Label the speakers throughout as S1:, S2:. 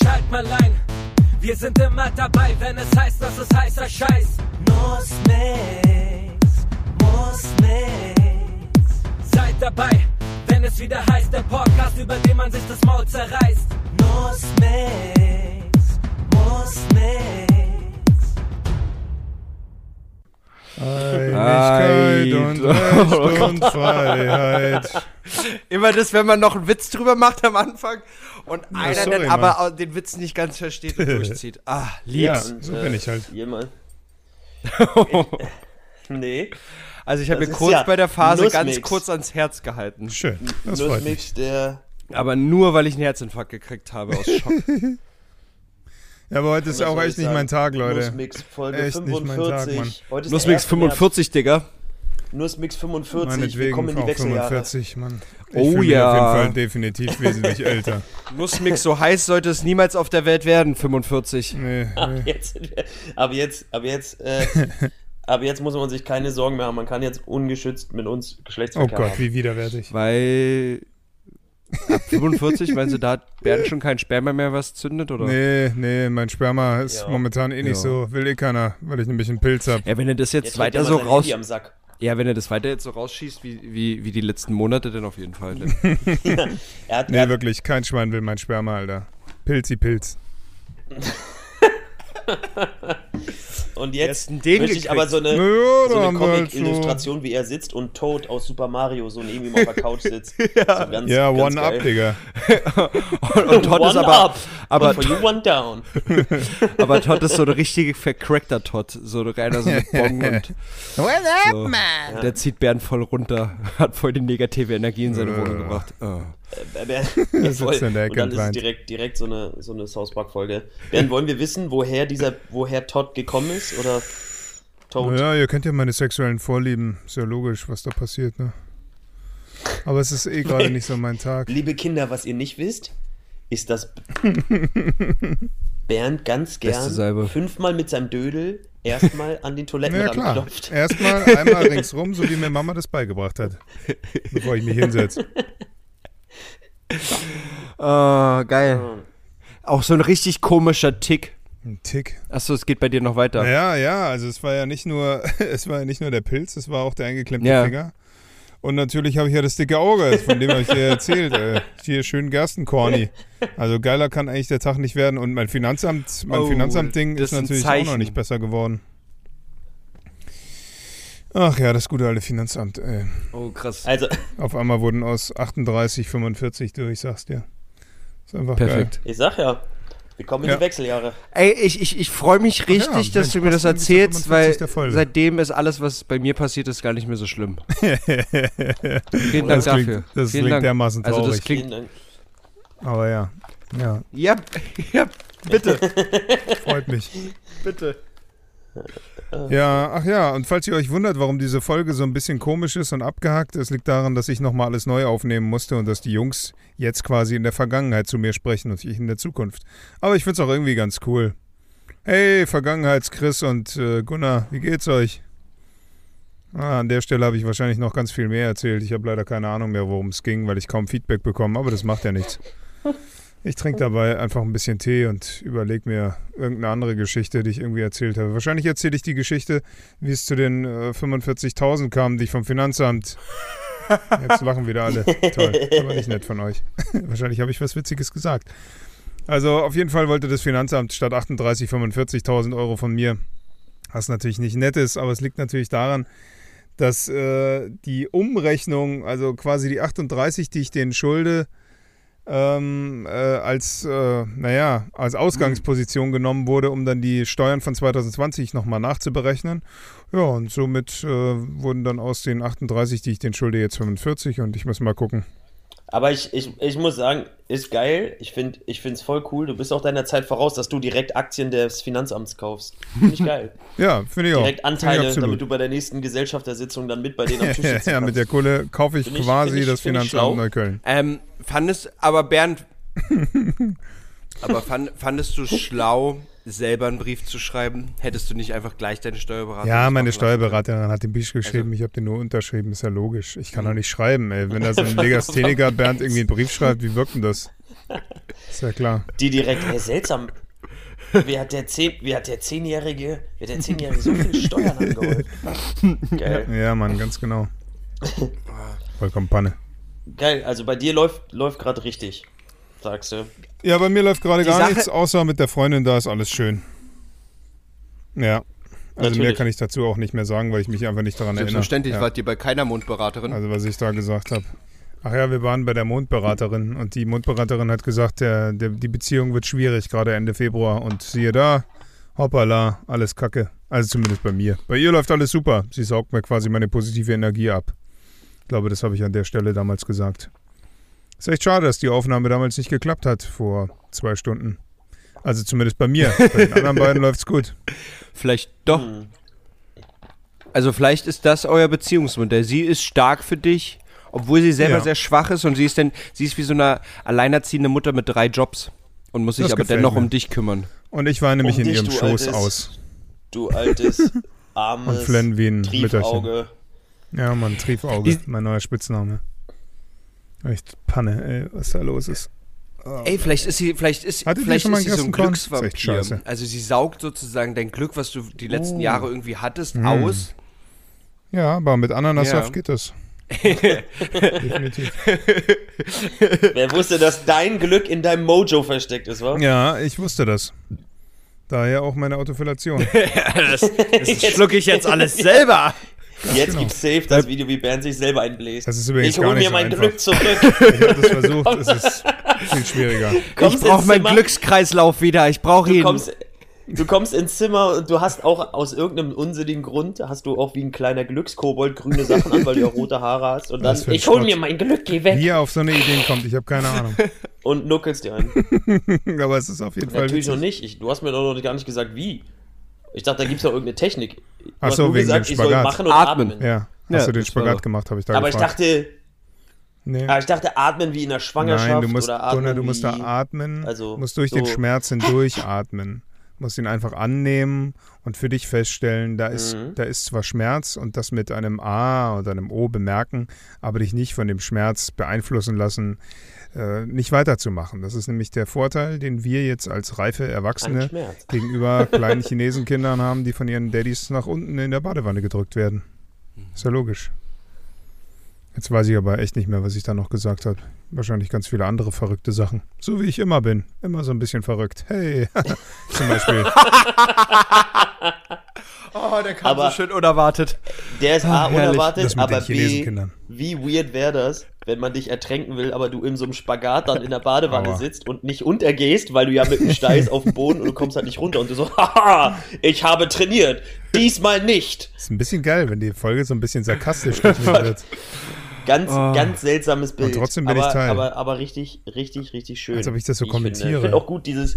S1: nicht mehr lang. Wir sind immer dabei, wenn es heißt, dass es heißer Scheiß.
S2: Muss nix, muss nix,
S1: Seid dabei, wenn es wieder heißt, der Podcast, über den man sich das Maul zerreißt.
S2: muss nix, muss nix.
S3: Einigkeit und
S4: Oh
S3: Recht und Freiheit.
S4: Immer das, wenn man noch einen Witz drüber macht am Anfang und einer
S3: sorry,
S4: dann aber auch den Witz nicht ganz versteht und durchzieht. Ah,
S3: Ja,
S4: lieb's.
S3: so
S5: äh,
S3: bin ich halt.
S5: Jemand. Nee.
S4: Also ich habe
S5: Das
S4: mir
S5: ist
S4: kurz
S5: ja
S4: bei der Phase ganz
S5: Nussmix.
S4: kurz ans Herz gehalten.
S3: Schön, das freut mich.
S5: Nussmix, der.
S4: Aber nur, weil ich einen Herzinfarkt gekriegt habe aus Schock.
S3: Ja, aber heute ist
S5: was
S3: auch
S5: soll
S3: echt
S5: ich
S3: nicht
S5: sagen?
S3: mein Tag, Leute.
S5: Nussmix, Folge
S3: Echt nicht mein Tag,
S5: 45.
S3: Mann.
S5: Heute ist
S4: Nussmix
S5: der 1. März.
S4: 45, Digga.
S5: Nussmix 45. Wir kommen
S3: Meinetwegen
S5: in
S3: auch
S5: die Wechseljahre.
S3: 45, Mann. Ich
S4: Oh
S3: fühl mich
S4: ja.
S3: auf jeden Fall definitiv wesentlich älter.
S4: Nussmix, so heiß sollte es niemals auf der Welt werden, 45.
S3: Nee, nee.
S5: Jetzt, sind wir- aber jetzt, aber jetzt, äh, aber jetzt muss man sich keine Sorgen mehr haben. Man kann jetzt ungeschützt mit uns
S3: Oh
S5: Geschlechtsverkehr
S3: Gott,
S5: haben.
S3: wie widerwärtig.
S4: Weil ab 45, meinst du, da hat Bernd schon kein Sperma mehr, was zündet, oder?
S3: Nee, nee, mein Sperma ist
S5: Ja.
S3: momentan eh nicht
S4: Ja.
S3: so. Will eh keiner, weil ich nämlich einen Pilz habe.
S4: Ja, wenn er das jetzt,
S5: Jetzt legt
S4: weiter
S5: er mal
S4: so
S5: sein
S4: raus.
S5: Handy am Sack.
S4: Ja, wenn er das weiter jetzt so rausschießt, wie, wie, wie die letzten Monate, dann auf jeden Fall.
S5: Er hat,
S3: Nee,
S5: er, hat,
S3: wirklich, kein Schwein will mein Sperma, Alter. Pilzi Pilz.
S5: und jetzt
S4: Ersten den
S5: möchte ich
S4: gekriegt.
S5: aber so
S3: Ja,
S5: eine, so
S3: da
S5: eine
S3: haben wir halt so.
S5: Comic-Illustration, wie er sitzt und Toad aus Super Mario so neben ihm auf der Couch sitzt. ja, so ganz,
S3: Ja,
S5: ganz
S3: one up,
S5: geil.
S3: Digga.
S4: Und, und Todd
S5: One
S4: ist aber,
S5: up.
S4: aber,
S5: One for you, one down. Äh,
S4: aber Todd ist so ein richtig vercrackter Todd. So einer so mit Bong und
S3: One up,
S4: so. Der zieht Bernd voll runter. Hat voll die negative Energie in seine
S3: Äh.
S4: Wohnung gebracht. Oh.
S5: Äh, wer- ja, voll.
S3: in der Ecke
S5: Und dann
S3: und
S5: ist es
S3: weint.
S5: direkt, direkt so eine, so eine South Park-Folge. Dann wollen wir wissen, woher dieser, woher Todd gekommen ist oder Toad.
S3: Ja, ihr kennt ja meine sexuellen Vorlieben. Ist ja logisch, was da passiert, ne? Aber es ist eh gerade nicht so mein Tag.
S5: Liebe Kinder, was ihr nicht wisst, ist, dass Bernd ganz
S4: Beste
S5: gern
S4: Salbe.
S5: fünfmal mit seinem Dödel erstmal an den Toiletten
S3: Ja, klar.
S5: ranklopft.
S3: Erstmal einmal ringsrum, so wie mir Mama das beigebracht hat. Bevor ich mich hinsetze.
S4: Ah, geil. Auch so ein richtig komischer Tick.
S3: Ein Tick.
S4: Achso, es geht bei dir noch weiter.
S3: Ja, ja, also es war ja nicht nur, es war ja nicht nur der Pilz, es war auch der eingeklemmte
S4: Ja.
S3: Finger. Und natürlich habe ich ja das dicke Auge, von dem habe ich dir erzählt. Äh, hier schön Gerstenkorni. Also geiler kann eigentlich der Tag nicht werden. Und mein Finanzamt, mein
S4: Oh,
S3: Finanzamt-Ding
S4: das
S3: ist
S4: ist ein
S3: natürlich auch noch
S4: Zeichen.
S3: nicht besser geworden. Ach ja, das gute alte Finanzamt. Ey.
S4: Oh, krass.
S5: Also,
S3: Auf einmal wurden aus 38 45 durch, sagst dir. Ist einfach
S4: Perfekt.
S3: geil.
S5: ich sag ja, wir kommen in
S3: Ja.
S5: die Wechseljahre.
S4: Ey, ich, ich, ich freue mich
S3: ja,
S4: richtig, dass
S3: Mensch,
S4: du mir das
S3: passt irgendwie
S4: erzählst,
S3: zur
S4: weil
S3: 45. Folge.
S4: seitdem ist alles, was bei mir passiert ist, gar nicht mehr so schlimm. Vielen Dank
S3: Das
S4: dafür.
S3: klingt,
S4: Vielen
S3: das klingt
S4: Dank.
S3: dermaßen traurig.
S4: Also das
S5: Vielen
S4: klingt.
S5: Dank.
S3: Aber ja, ja,
S4: Ja, ja, bitte.
S3: freut mich. Ja, ach ja, und falls ihr euch wundert, warum diese Folge so ein bisschen komisch ist und abgehakt, es liegt daran, dass ich nochmal alles neu aufnehmen musste und dass die Jungs jetzt quasi in der Vergangenheit zu mir sprechen und ich in der Zukunft. Aber ich find's auch irgendwie ganz cool. Hey, Vergangenheits-Chris und äh, Gunnar, wie geht's euch? Ah, an der Stelle habe ich wahrscheinlich noch ganz viel mehr erzählt. Ich habe leider keine Ahnung mehr, worum es ging, weil ich kaum Feedback bekomme, aber das macht ja nichts. Ich trinke dabei einfach ein bisschen Tee und überlege mir irgendeine andere Geschichte, die ich irgendwie erzählt habe. Wahrscheinlich erzähle ich die Geschichte, wie es zu den äh, 45.000 kam, die ich vom Finanzamt. Jetzt lachen wieder alle. Toll. Aber nicht nett von euch. Wahrscheinlich habe ich was Witziges gesagt. Also auf jeden Fall wollte das Finanzamt statt 38 45.000 Euro von mir, was natürlich nicht nett ist, aber es liegt natürlich daran, dass äh, die Umrechnung, also quasi die 38, die ich denen schulde, ähm, äh, als, äh, naja, als
S5: Mhm.
S3: Ausgangsposition genommen wurde, um dann die Steuern von 2020 nochmal nachzuberechnen. Ja, und somit äh, wurden dann aus den 38, die ich den schulde, jetzt 45 und ich muss mal gucken.
S5: Aber ich, ich, ich muss sagen, ist geil. Ich finde ich find's voll cool. Du bist auch deiner Zeit voraus, dass du direkt Aktien des Finanzamts kaufst. Finde ich geil.
S3: Ja, finde ich auch.
S5: direkt
S3: Finde ich
S5: Anteile,
S3: absolut.
S5: damit du bei der nächsten Gesellschaftersitzung dann mit bei denen am Tisch
S3: ja,
S5: sitzen
S3: ja, mit der Kohle kaufe ich
S5: Bin ich-
S3: quasi
S5: bin ich-
S3: das
S5: bin ich schlau?
S3: Finanzamt Neukölln.
S4: Ähm, fandest, aber Bernd, aber fand, fandest du schlau, selber einen Brief zu schreiben? Hättest du nicht einfach gleich deine Steuerberatung? das
S3: Ja, meine
S4: machen lassen
S3: Steuerberaterin hat den Brief
S5: Also
S3: geschrieben, ich habe den nur
S5: Mhm.
S3: unterschrieben, ist ja logisch. Ich kann doch nicht schreiben, ey. Wenn da so ein Legastheniker Bernd irgendwie einen Brief schreibt, wie wirkt denn das? Ist ja klar.
S5: Die direkt, ey, seltsam. Wie hat der, Zehn, wie hat der Zehnjährige, wie hat der Zehnjährige so viel Steuern angeholt? Geil.
S3: Ja, Mann, ganz genau. Vollkommen Panne.
S5: Geil, also bei dir läuft, läuft gerade richtig, sagst du.
S3: Ja, bei mir läuft gerade
S4: Die
S3: gar
S4: Sache-
S3: nichts, außer mit der Freundin, da ist alles schön. Ja. Also mehr
S5: Natürlich.
S3: kann ich dazu auch nicht mehr sagen, weil ich mich einfach nicht daran erinnere.
S4: Selbstverständlich
S3: ja.
S4: wart ihr bei keiner Mondberaterin.
S3: Also was ich da gesagt habe. Ach ja, wir waren bei der Mondberaterin und die Mondberaterin hat gesagt, der, der, die Beziehung wird schwierig, gerade Ende Februar. Und siehe da, hoppala, alles kacke. Also zumindest bei mir. Bei ihr läuft alles super. Sie saugt mir quasi meine positive Energie ab. Ich glaube, das habe ich an der Stelle damals gesagt. Ist echt schade, dass die Aufnahme damals nicht geklappt hat, vor zwei Stunden. Also zumindest bei mir. Bei den anderen beiden läuft's gut.
S4: Vielleicht doch.
S5: Hm.
S4: Also vielleicht ist das euer Beziehungsmodell. Sie ist stark für dich, obwohl sie selber
S3: Ja.
S4: sehr schwach ist und sie ist denn, sie ist wie so eine alleinerziehende Mutter mit drei Jobs und muss sich
S3: Das
S4: aber
S3: gefällt
S4: dennoch
S3: mir.
S4: um dich kümmern.
S3: Und ich weine mich
S5: Um
S3: in
S5: dich,
S3: ihrem
S5: du
S3: Schoß
S5: altes
S3: aus.
S5: Du altes,
S3: Und
S5: armes
S3: flennen wie ein Mütterchen.
S5: Triefauge.
S3: Ja, Mann, Triefauge,
S4: Die-
S3: mein neuer Spitzname. Echt Panne, ey, was da los ist.
S4: Ey, vielleicht ist sie, vielleicht ist,
S3: Ah. Hattet ihr
S4: vielleicht
S3: schon mal
S4: ist sie
S3: einen
S4: so ein
S3: Gerstenkorn? Ist echt
S4: Glücksvampir.
S3: scheiße. Oh.
S4: Also sie saugt sozusagen dein Glück, was du die letzten Jahre irgendwie hattest,
S3: Hm.
S4: aus.
S3: Ja, aber mit Ananassaft
S4: Ja.
S3: geht das. Definitiv.
S5: Wer wusste, dass dein Glück in deinem Mojo versteckt ist, wa?
S3: Ja, ich wusste das. Daher auch meine Autofillation.
S4: Das schlucke ich jetzt alles selber.
S5: Jetzt gibt's safe das Video, wie Bernd sich selber einbläst.
S3: genau. Das ist übrigens
S5: ich hol
S3: gar nicht
S5: mir
S3: so
S5: mein
S3: einfach.
S5: Glück zurück.
S3: Ich habe das versucht, es ist viel schwieriger.
S5: Kommst
S4: ich brauche
S5: ins
S4: meinen
S5: Zimmer,
S4: Glückskreislauf wieder. Ich brauche
S5: Du
S4: ihn.
S5: kommst, du kommst ins Zimmer und du hast auch aus irgendeinem unsinnigen Grund, hast du auch wie ein kleiner Glückskobold grüne Sachen an, weil du ja rote Haare hast. Und dann,
S3: Was für ein
S5: ich hol
S3: Schrott.
S5: mir mein Glück, geh weg.
S3: Wie er auf so eine Ideen kommt, ich habe keine Ahnung.
S5: Und nuckelst dir einen.
S3: Aber es ist auf jeden Fall
S5: Natürlich noch
S3: witzig.
S5: nicht. Ich, du hast mir doch noch gar nicht gesagt, wie. Ich dachte, da gibt's doch irgendeine Technik. Du
S3: Ach
S5: hast
S3: so,
S5: nur
S3: wegen
S5: gesagt,
S3: dem
S5: ich soll
S3: Spagat.
S5: machen und atmen.
S4: Atmen.
S3: Ja, hast
S4: Ja,
S3: du den
S4: das war
S3: Spagat
S4: doch-
S3: gemacht, habe ich da
S5: Aber ich
S3: gefragt.
S5: dachte, ah,
S3: nee.
S5: aber ich dachte, atmen wie in der Schwangerschaft
S3: Nein, du musst,
S5: oder atmen
S3: Gunnar, du musst da
S5: wie-
S3: atmen,
S5: also
S3: musst durch den
S5: so-
S3: Schmerz hindurch atmen. Musst ihn einfach annehmen und für dich feststellen, da ist,
S5: Mhm.
S3: da ist zwar Schmerz und das mit einem A oder einem O bemerken, aber dich nicht von dem Schmerz beeinflussen lassen, äh, nicht weiterzumachen. Das ist nämlich der Vorteil, den wir jetzt als reife
S5: Ein
S3: Erwachsene
S5: Schmerz.
S3: gegenüber kleinen Chinesenkindern haben, die von ihren Daddys nach unten in der Badewanne gedrückt werden. Ist ja logisch. Jetzt weiß ich aber echt nicht mehr, was ich da noch gesagt habe. Wahrscheinlich ganz viele andere verrückte Sachen. So wie ich immer bin. Immer so ein bisschen verrückt. Hey, zum Beispiel.
S4: Oh, der kam
S5: Aber-
S4: so schön unerwartet.
S5: Der ist A,
S4: herrlich,
S3: Ah, das
S5: unerwartet,
S3: mit den
S5: aber B,
S3: Chinesenkindern.
S5: wie weird wäre das, wenn man dich ertränken will, aber du in so einem Spagat dann in der Badewanne
S3: Aua.
S5: sitzt und nicht untergehst, weil du ja mit dem Steiß auf dem Boden und du kommst halt nicht runter und du so, haha, ich habe trainiert, diesmal nicht.
S3: Ist ein bisschen geil, wenn die Folge so ein bisschen sarkastisch geschnitten wird.
S5: Ganz, ganz seltsames Bild.
S3: Ah. trotzdem bin ich
S5: aber,
S3: Teil.
S5: aber, aber richtig, richtig, richtig schön.
S3: Als ob ich das so
S5: wie Finde.
S3: kommentiere.
S5: Ich finde auch gut dieses,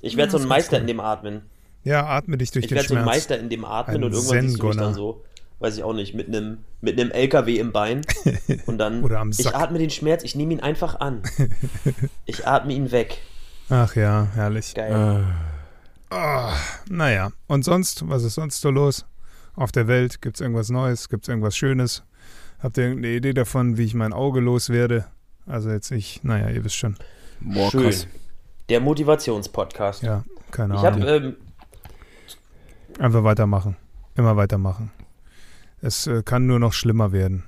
S5: ich werde so ein Meister in dem Atmen.
S3: Ja, atme dich durch
S5: ich
S3: den
S5: werde so ein
S3: Schmerz.
S5: Meister in dem Atmen
S3: Ein
S5: und irgendwann siehst du mich
S3: Zen-Gunner.
S5: dann so, weiß ich auch nicht, mit einem mit einem LKW im Bein und dann
S3: Oder am
S5: ich
S3: Sack.
S5: atme den Schmerz, ich nehme ihn einfach an. Ich atme ihn weg.
S3: Ach ja, herrlich.
S4: Äh,
S5: Geil.
S3: Naja, und sonst, was ist sonst so los? Auf der Welt gibt's irgendwas Neues, gibt's irgendwas Schönes? Habt ihr irgendeine Idee davon, wie ich mein Auge loswerde? Also jetzt nicht, naja, ihr wisst schon.
S4: Boah,
S5: Schön.
S4: krass.
S5: Der Motivationspodcast.
S3: Ja, keine
S5: Ich habe
S3: Ahnung.
S5: ähm,
S3: Einfach weitermachen. Immer weitermachen. Es äh, kann nur noch schlimmer werden.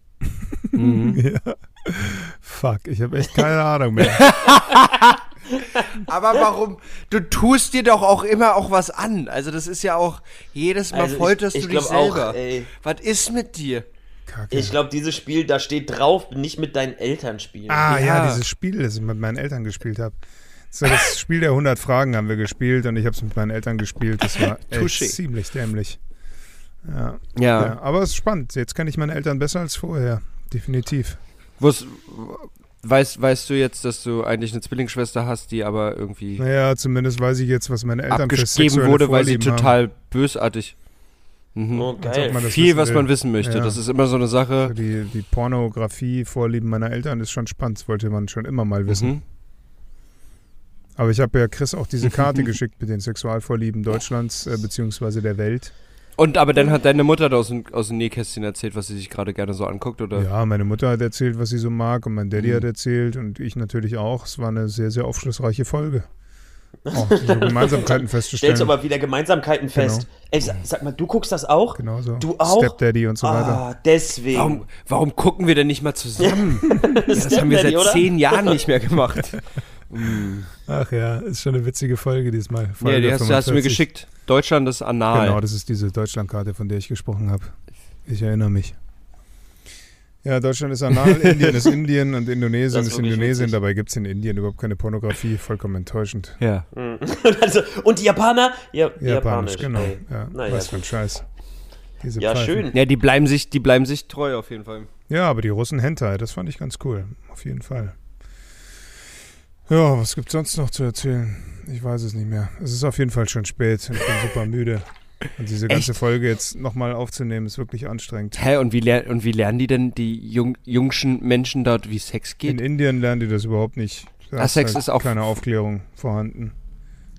S3: ja. Fuck, ich habe echt keine Ahnung mehr.
S4: Aber warum? Du tust dir doch auch immer auch was an. Also das ist ja auch jedes Mal
S5: Also ich-
S4: folterst
S5: ich
S4: du dich
S5: glaub auch,
S4: selber.
S5: ey.
S4: was ist mit dir?
S3: Kacke.
S5: ich glaube dieses Spiel, da steht drauf, nicht mit deinen Eltern spielen.
S3: Ah ja.
S4: Ja.
S3: dieses Spiel, das ich mit meinen Eltern gespielt habe. So das Spiel der 100 Fragen haben wir gespielt und ich habe es mit meinen Eltern gespielt. Das war
S4: Touché.
S3: echt ziemlich dämlich. Ja.
S4: Ja.
S3: ja, aber es ist spannend. Jetzt kenne ich meine Eltern besser als vorher. Definitiv.
S4: Was, weißt, weißt du jetzt, dass du eigentlich eine Zwillingsschwester hast, die aber irgendwie
S3: Naja, zumindest weiß ich jetzt, was meine Eltern für
S4: abgegeben
S3: sexuelle
S4: wurde, weil sie
S3: Vorlieben haben.
S4: total bösartig.
S5: Oh, geil.
S3: ob man das
S4: Viel,
S3: wissen
S4: was
S3: will.
S4: man wissen möchte.
S3: Ja.
S4: Das ist immer so eine Sache.
S3: Die, die Pornografie-Vorlieben meiner Eltern ist schon spannend. Das wollte man schon immer mal wissen.
S4: Mhm.
S3: Aber ich habe ja Chris auch diese Karte geschickt mit den Sexualvorlieben Deutschlands äh, bzw. der Welt.
S4: Und aber dann hat deine Mutter da aus dem, aus dem Nähkästchen erzählt, was sie sich gerade gerne so anguckt, oder?
S3: Ja, meine Mutter hat erzählt, was sie so mag und mein
S4: Mhm.
S3: Daddy hat erzählt und ich natürlich auch. Es war eine sehr, sehr aufschlussreiche Folge. Auch so Gemeinsamkeiten festzustellen.
S5: Stellst du aber wieder Gemeinsamkeiten fest.
S3: Genau.
S5: Ey, sag, sag mal, du guckst das auch?
S3: Genau so.
S5: Du auch?
S3: Stepdaddy und so weiter.
S5: Ah, deswegen.
S4: Warum, warum gucken wir denn nicht mal zusammen?
S5: das
S4: Das haben wir seit zehn Jahren nicht mehr gemacht.
S3: Ach ja, ist schon eine witzige Folge diesmal.
S4: Ja,
S3: Folge
S4: die hast, hast du mir
S3: 45.
S4: geschickt. Deutschland ist anal.
S3: Genau, das ist diese Deutschlandkarte, von der ich gesprochen habe. Ich erinnere mich. Ja, Deutschland ist anal, Indien ist Indien und Indonesien
S5: Das ist
S3: ist
S5: wirklich
S3: Indonesien.
S5: witzig.
S3: Dabei gibt es in Indien überhaupt keine Pornografie. Vollkommen enttäuschend.
S4: ja.
S5: also, und die Japaner? Ja, Japanisch,
S3: Japanisch, genau.
S5: ey.
S3: Ja,
S5: Naja,
S3: was für ein
S5: gut.
S3: Scheiß. Diese
S5: ja
S3: Pfeifen.
S5: schön.
S4: ja, die bleiben sich, die bleiben sich treu auf jeden Fall.
S3: Ja, aber die Russen Hentai, das fand ich ganz cool. Auf jeden Fall. Ja, was gibt's sonst noch zu erzählen? Ich weiß es nicht mehr. Es ist auf jeden Fall schon spät und ich bin super müde. Und diese ganze Folge jetzt nochmal aufzunehmen, ist wirklich anstrengend.
S4: Hä, und wie, ler und wie lernen die denn die jung, jungschen Menschen dort, wie Sex
S3: In
S4: geht?
S3: Indien lernen die das überhaupt nicht. Da
S4: Ah, Sex ist auch-
S3: keine Aufklärung vorhanden.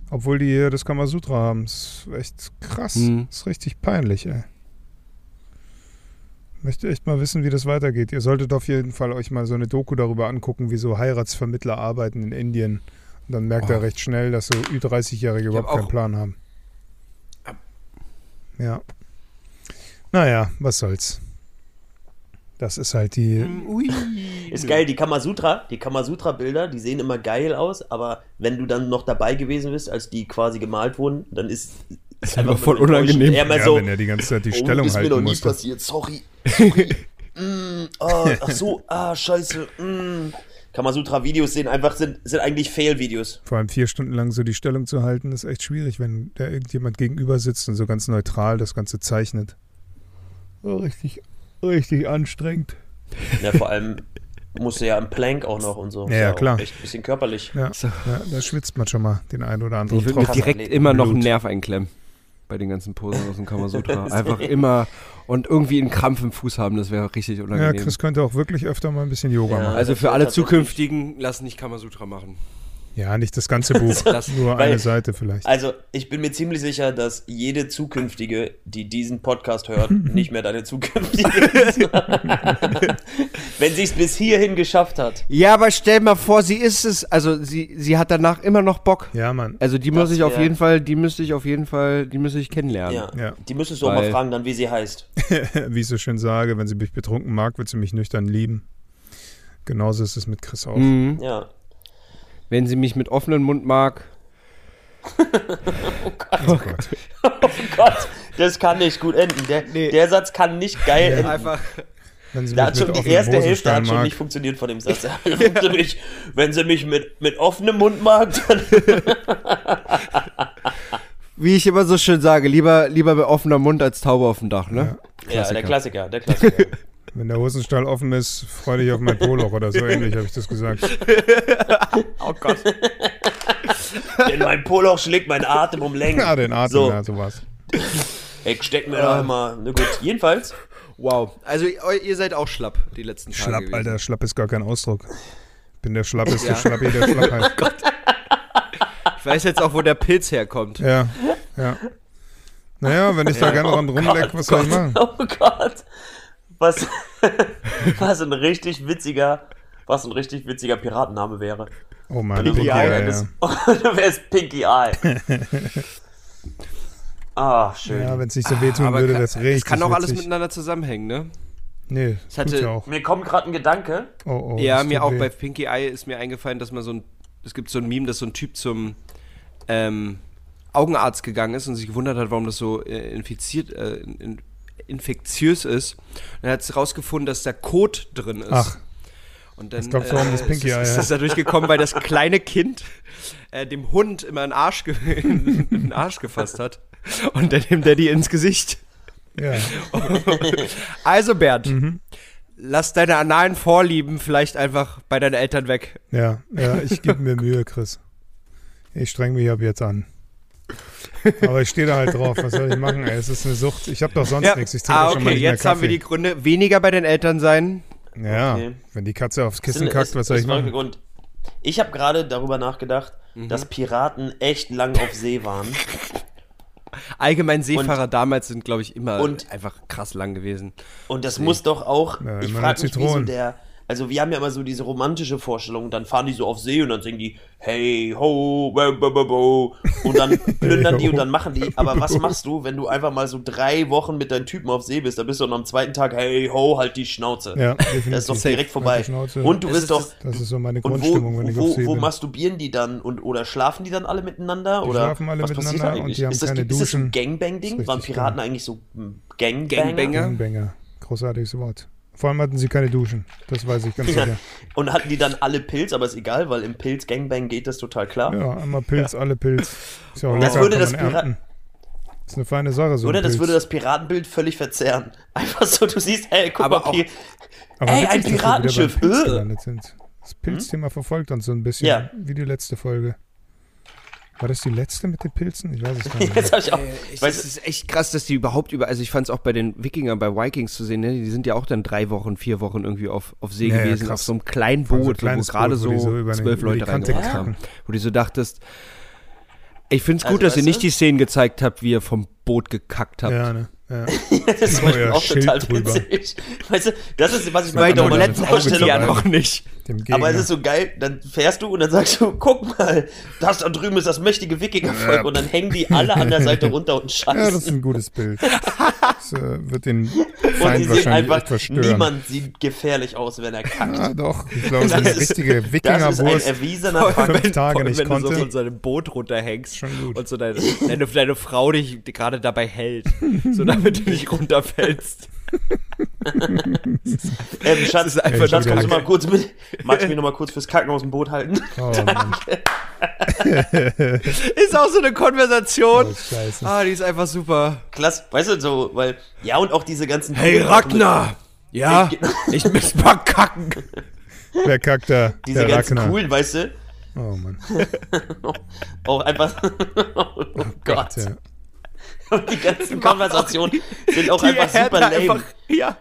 S3: Obwohl die hier das Kamasutra haben. Das ist echt krass.
S4: Hm.
S3: Das ist richtig peinlich, ey. Möchte echt mal wissen, wie das weitergeht. Ihr solltet auf jeden Fall euch mal so eine Doku darüber angucken, wie so Heiratsvermittler arbeiten in Indien. Und dann merkt ihr recht schnell, dass so Ü30-Jährige überhaupt
S4: auch-
S3: keinen Plan haben. Ja. Naja, was soll's. Das ist halt die.
S4: Hm.
S5: Ist geil, die Kamasutra, die Kamasutra-Bilder, die sehen immer geil aus, aber wenn du dann noch dabei gewesen bist, als die quasi gemalt wurden, dann ist ist
S4: immer
S5: einfach
S4: voll
S5: nur enttäuschend.
S4: unangenehm.
S5: Eher mal
S3: ja,
S5: so,
S3: wenn er die ganze Zeit die
S5: oh,
S3: Stellung
S5: ist mir noch
S3: halten
S5: nie
S3: musste.
S5: passiert, sorry. sorry. mm, ah, ach so, ah, scheiße. Mm. Kamasutra-Videos sind einfach sind, sind eigentlich Fail-Videos.
S3: Vor allem vier Stunden lang so die Stellung zu halten, ist echt schwierig, wenn da irgendjemand gegenüber sitzt und so ganz neutral das Ganze zeichnet. Oh, richtig, richtig anstrengend.
S5: Ja, vor allem musst du ja im Plank auch noch und so.
S3: Ja, ja,
S5: auch
S3: klar.
S5: Echt ein bisschen körperlich.
S3: Ja, ja da schwitzt man schon mal den einen oder anderen
S4: Ich würde mir
S3: drauf.
S4: direkt
S5: Blut.
S4: immer noch einen Nerv einklemmen. Bei den ganzen Posen aus dem Kamasutra. Einfach immer und irgendwie einen Krampf im Fuß haben, das wäre richtig
S3: Ja,
S4: unangenehm.
S3: Chris könnte auch wirklich öfter mal ein bisschen Yoga
S5: Ja.
S3: machen.
S4: also
S5: das
S4: für
S5: wäre
S4: alle
S5: tatsächlich-
S4: Zukünftigen, lass nicht Kamasutra machen.
S3: Ja, nicht das ganze Buch,
S4: Das-
S3: nur
S5: weil-
S3: eine Seite vielleicht.
S5: Also, ich bin mir ziemlich sicher, dass jede zukünftige, die diesen Podcast hört, nicht mehr deine zukünftige ist. Wenn sie es bis hierhin geschafft hat.
S4: Ja, aber stell mal vor, sie ist es. Also sie, sie hat danach immer noch Bock.
S3: Ja, Mann.
S4: Also die muss ich auf
S5: wär-
S4: jeden Fall, die müsste ich auf jeden Fall, die müsste ich kennenlernen.
S5: Ja.
S3: Ja.
S5: Die müsstest du auch mal
S4: Weil-
S5: fragen, dann wie sie heißt.
S3: Wie ich so schön sage, wenn sie mich betrunken mag, wird sie mich nüchtern lieben. Genauso ist es mit Chris auch.
S4: Mhm.
S5: Ja.
S4: Wenn sie mich mit offenem Mund mag.
S3: Oh Gott.
S5: Oh Gott, das kann nicht gut enden. Der,
S4: Nee.
S5: der Satz kann nicht geil enden.
S4: Einfach.
S3: Wenn sie
S5: Da
S3: mich
S5: hat
S3: mit
S5: schon die
S3: offenen
S5: erste Hälfte
S3: Hosenstein
S5: hat schon
S3: mag.
S5: nicht funktioniert von dem Satz. Wenn sie mich, wenn sie mich mit, mit offenem Mund mag, dann
S4: Wie ich immer so schön sage, lieber, lieber bei offener Mund als Taube auf dem Dach, ne?
S5: Ja, der Klassiker, der Klassiker.
S3: Wenn der Hosenstall offen ist, freu dich auf mein Poloch oder so ähnlich, habe ich das gesagt.
S5: oh Gott. Denn mein Poloch schlägt mein Atem um Längen.
S3: Ja, Ah, den Atem,
S5: So.
S3: ja, sowas.
S5: Ich steck mir da immer. Na gut, jedenfalls.
S4: Wow. Also ihr ihr seid auch schlapp die letzten Tage.
S3: Schlapp,
S4: gewesen.
S3: Alter, schlapp ist gar kein Ausdruck. Ich bin der schlappeste
S4: Ja. Oh
S3: Schlappi der Schlappheit.
S4: Ich weiß jetzt auch, wo der Pilz herkommt.
S3: ja, ja. Naja, wenn ich da gerne dran rumleck, was soll ich machen?
S5: Oh Gott. Was, was ein richtig witziger, was ein richtig witziger Piratenname wäre.
S3: Oh Mann,
S5: Pinky
S3: Pinky
S5: Eye,
S3: Eye,
S5: das-
S3: ja.
S5: Du wärst Pinky Eye. Ah, schön.
S3: ja wenn es nicht so wehtun
S4: Aber
S3: würde,
S4: kann-
S3: das richtig
S4: es kann auch alles
S3: witzig.
S4: miteinander zusammenhängen, ne?
S3: Nee,
S4: Es
S3: tut's
S4: hatte-
S3: ja auch.
S5: Mir kommt gerade ein Gedanke.
S3: Oh, oh,
S4: Ja,
S3: das
S4: mir
S3: tut
S4: auch
S3: weh.
S4: bei Pinky Eye ist mir eingefallen, dass man so ein. Es gibt so ein Meme, dass so ein Typ zum ähm, Augenarzt gegangen ist und sich gewundert hat, warum das so äh, infiziert, äh, in, infektiös ist. Und er hat es rausgefunden, dass da Kot drin ist.
S3: Ach.
S4: Und dann äh,
S3: Was glaubst du, warum das Pinky
S4: ist,
S3: Eye
S4: ist das
S3: heißt?
S4: dadurch gekommen, weil das kleine Kind äh, dem Hund immer einen Arsch, ge in den Arsch gefasst hat und dann dem Daddy ins Gesicht.
S3: Ja.
S4: Also Bernd, lass deine analen Vorlieben vielleicht einfach bei deinen Eltern weg.
S3: ja, ja, ich gebe
S5: Oh
S3: mir Mühe, Chris. Ich streng mich ab jetzt an. Aber ich stehe da halt drauf. Was soll ich machen? Ey, es ist eine Sucht. Ich habe doch sonst nichts. Ich trinke
S4: ah,
S3: auch schon mal
S4: okay,
S3: nicht
S4: jetzt
S3: mehr
S4: haben wir die Gründe. Weniger bei den Eltern sein.
S3: Ja,
S5: Okay.
S3: wenn die Katze aufs
S5: Das
S3: Kissen
S5: ist-
S3: kackt, was soll
S5: ist
S3: ich
S5: folgender
S3: machen?
S5: Grund. Ich habe Mhm. gerade darüber nachgedacht, dass Piraten echt lang auf See waren.
S4: Allgemein Seefahrer damals sind, glaube ich, immer
S5: Und-
S4: einfach krass lang gewesen.
S5: Und das muss doch auch,
S3: Ja,
S5: ich
S3: immer
S5: frage
S3: nur
S5: mich, wieso
S3: Zitronen.
S5: der, also wir haben ja immer so diese romantische Vorstellung, dann fahren die so auf See und dann singen die, hey ho, wa, ba, ba, bo. und dann plündern die und dann machen die, aber was machst du, wenn du einfach mal so drei Wochen mit deinen Typen auf See bist, dann bist du dann am zweiten Tag, hey ho, halt die Schnauze.
S3: Ja, definitiv.
S5: das ist doch direkt
S3: Halt
S5: vorbei.
S3: die Schnauze.
S5: Und du
S4: Es
S5: bist
S4: ist-
S5: doch,
S3: Das ist so meine
S5: und wo,
S3: Grundstimmung, wenn ich auf
S5: wo,
S3: See
S5: wo
S3: bin.
S5: masturbieren die dann und oder schlafen die dann alle miteinander
S3: Die
S5: oder
S3: schlafen alle
S5: was passiert da
S3: miteinander und
S5: eigentlich?
S3: die haben
S5: ist, das,
S3: keine
S5: ist das ein
S3: Duschen.
S5: Gangbang-Ding?
S3: Ist
S5: Waren
S3: richtig
S5: Piraten eigentlich so hm, Gangbanger?
S4: Gangbanger?
S3: Gangbanger. Großartiges Wort. Vor allem hatten sie keine Duschen. Das weiß ich ganz sicher.
S5: Und hatten die dann alle Pilz, aber ist egal, weil im Pilz Gangbang geht das total klar.
S3: Ja, einmal Pilz, alle Pilz. Ist ja auch
S5: Das
S3: lecker,
S5: würde
S3: kann
S5: das
S3: man
S5: Pira-
S3: ernten. Ist eine feine Sache, so
S5: Oder
S3: ein
S5: das
S3: Pilz.
S5: würde das Piratenbild völlig verzerren. Einfach so, du siehst, ey, guck
S4: Aber
S5: mal,
S4: auch-
S5: Pi-
S3: Aber
S5: Ey,
S3: witzig,
S5: ein
S3: dass wir wieder beim
S5: Piratenschiff,
S3: Pilz
S5: äh. Hm?
S3: gelandet sind. Das Pilzthema verfolgt uns so ein bisschen,
S5: Ja.
S3: wie die letzte Folge. War das die letzte mit den Pilzen? Ich weiß es gar nicht. mehr.
S5: jetzt hab ich auch,
S4: Äh, Ich
S5: weißt
S4: es
S5: du,
S4: ist echt krass, dass die überhaupt über. Also ich fand es auch bei den Wikingern, bei Vikings zu sehen, ne? die sind ja auch dann drei Wochen, vier Wochen irgendwie auf, auf See
S3: Ja, ja,
S4: gewesen,
S3: krass.
S4: auf so einem kleinen
S3: Voll so ein
S4: Boot, wo
S3: kleines
S4: gerade
S3: Boot, wo die
S4: so
S3: so über den-
S4: zwölf
S3: über die
S4: Leute
S3: Kante
S4: reingepasst haben. Wo du so dachtest, ich finde es
S5: Also,
S4: gut, dass ihr
S5: weißt du?
S4: nicht die Szenen gezeigt habt, wie ihr vom Boot gekackt habt.
S3: ja, ne? Ja.
S5: das ist zum Beispiel
S3: Euer
S5: auch
S3: Schild
S5: total
S3: drüber.
S5: witzig. Weißt du, das ist, was ich
S4: Weil
S5: meine,
S4: die
S3: Genau,
S5: bei der
S4: kompletten
S3: das Auge
S4: Ausstellung
S5: Vorstellung.
S4: ja
S3: zu
S4: noch nicht.
S3: Dem Gegner.
S5: Aber es ist so geil, dann fährst du und dann sagst du, guck mal, das da drüben ist das mächtige Wikingervolk und dann hängen die alle an der Seite runter und
S3: ja, das ist
S5: scheißen.
S3: ein gutes Bild. Das äh, wird den
S5: und die
S3: Feind
S5: sehen
S3: wahrscheinlich echt
S5: einfach,
S3: verstören.
S5: niemand sieht gefährlich aus, wenn er kackt.
S3: Ja, doch, ich glaube, so eine
S5: Das ist-
S3: richtige
S5: Das ist ein
S3: Wikingerwurst.
S5: erwiesener Fakt.
S3: fünf Tage
S4: vor allem,
S3: nicht
S4: wenn du
S3: konnte.
S4: so von seinem Boot runterhängst
S3: Schon gut.
S4: und so deine, deine, deine Frau dich gerade dabei hält, so damit du nicht runterfällst.
S5: Ähm, Schatz,
S4: ist einfach
S3: nur
S5: Schatz kannst du
S4: Kacke.
S5: mal kurz mit, magst du mich noch mal kurz fürs Kacken aus dem Boot halten?
S3: Oh, Mann,
S4: Ist auch so eine
S3: das
S4: Konversation.
S3: ist scheiße.
S4: Ah, die ist einfach super.
S5: Klasse, weißt du, so, weil, ja, und auch diese ganzen...
S4: Hey Ragnar! Ja,
S5: Ich-
S4: ich muss mal kacken.
S3: Wer kackt da?
S5: Diese
S3: Der
S5: ganzen
S3: Ragnar.
S5: coolen, weißt du,
S3: Oh Mann.
S5: auch einfach... oh Gott.
S3: Ja.
S5: Und die ganzen Konversationen sind auch einfach
S4: Härte
S5: super lame.
S4: ja.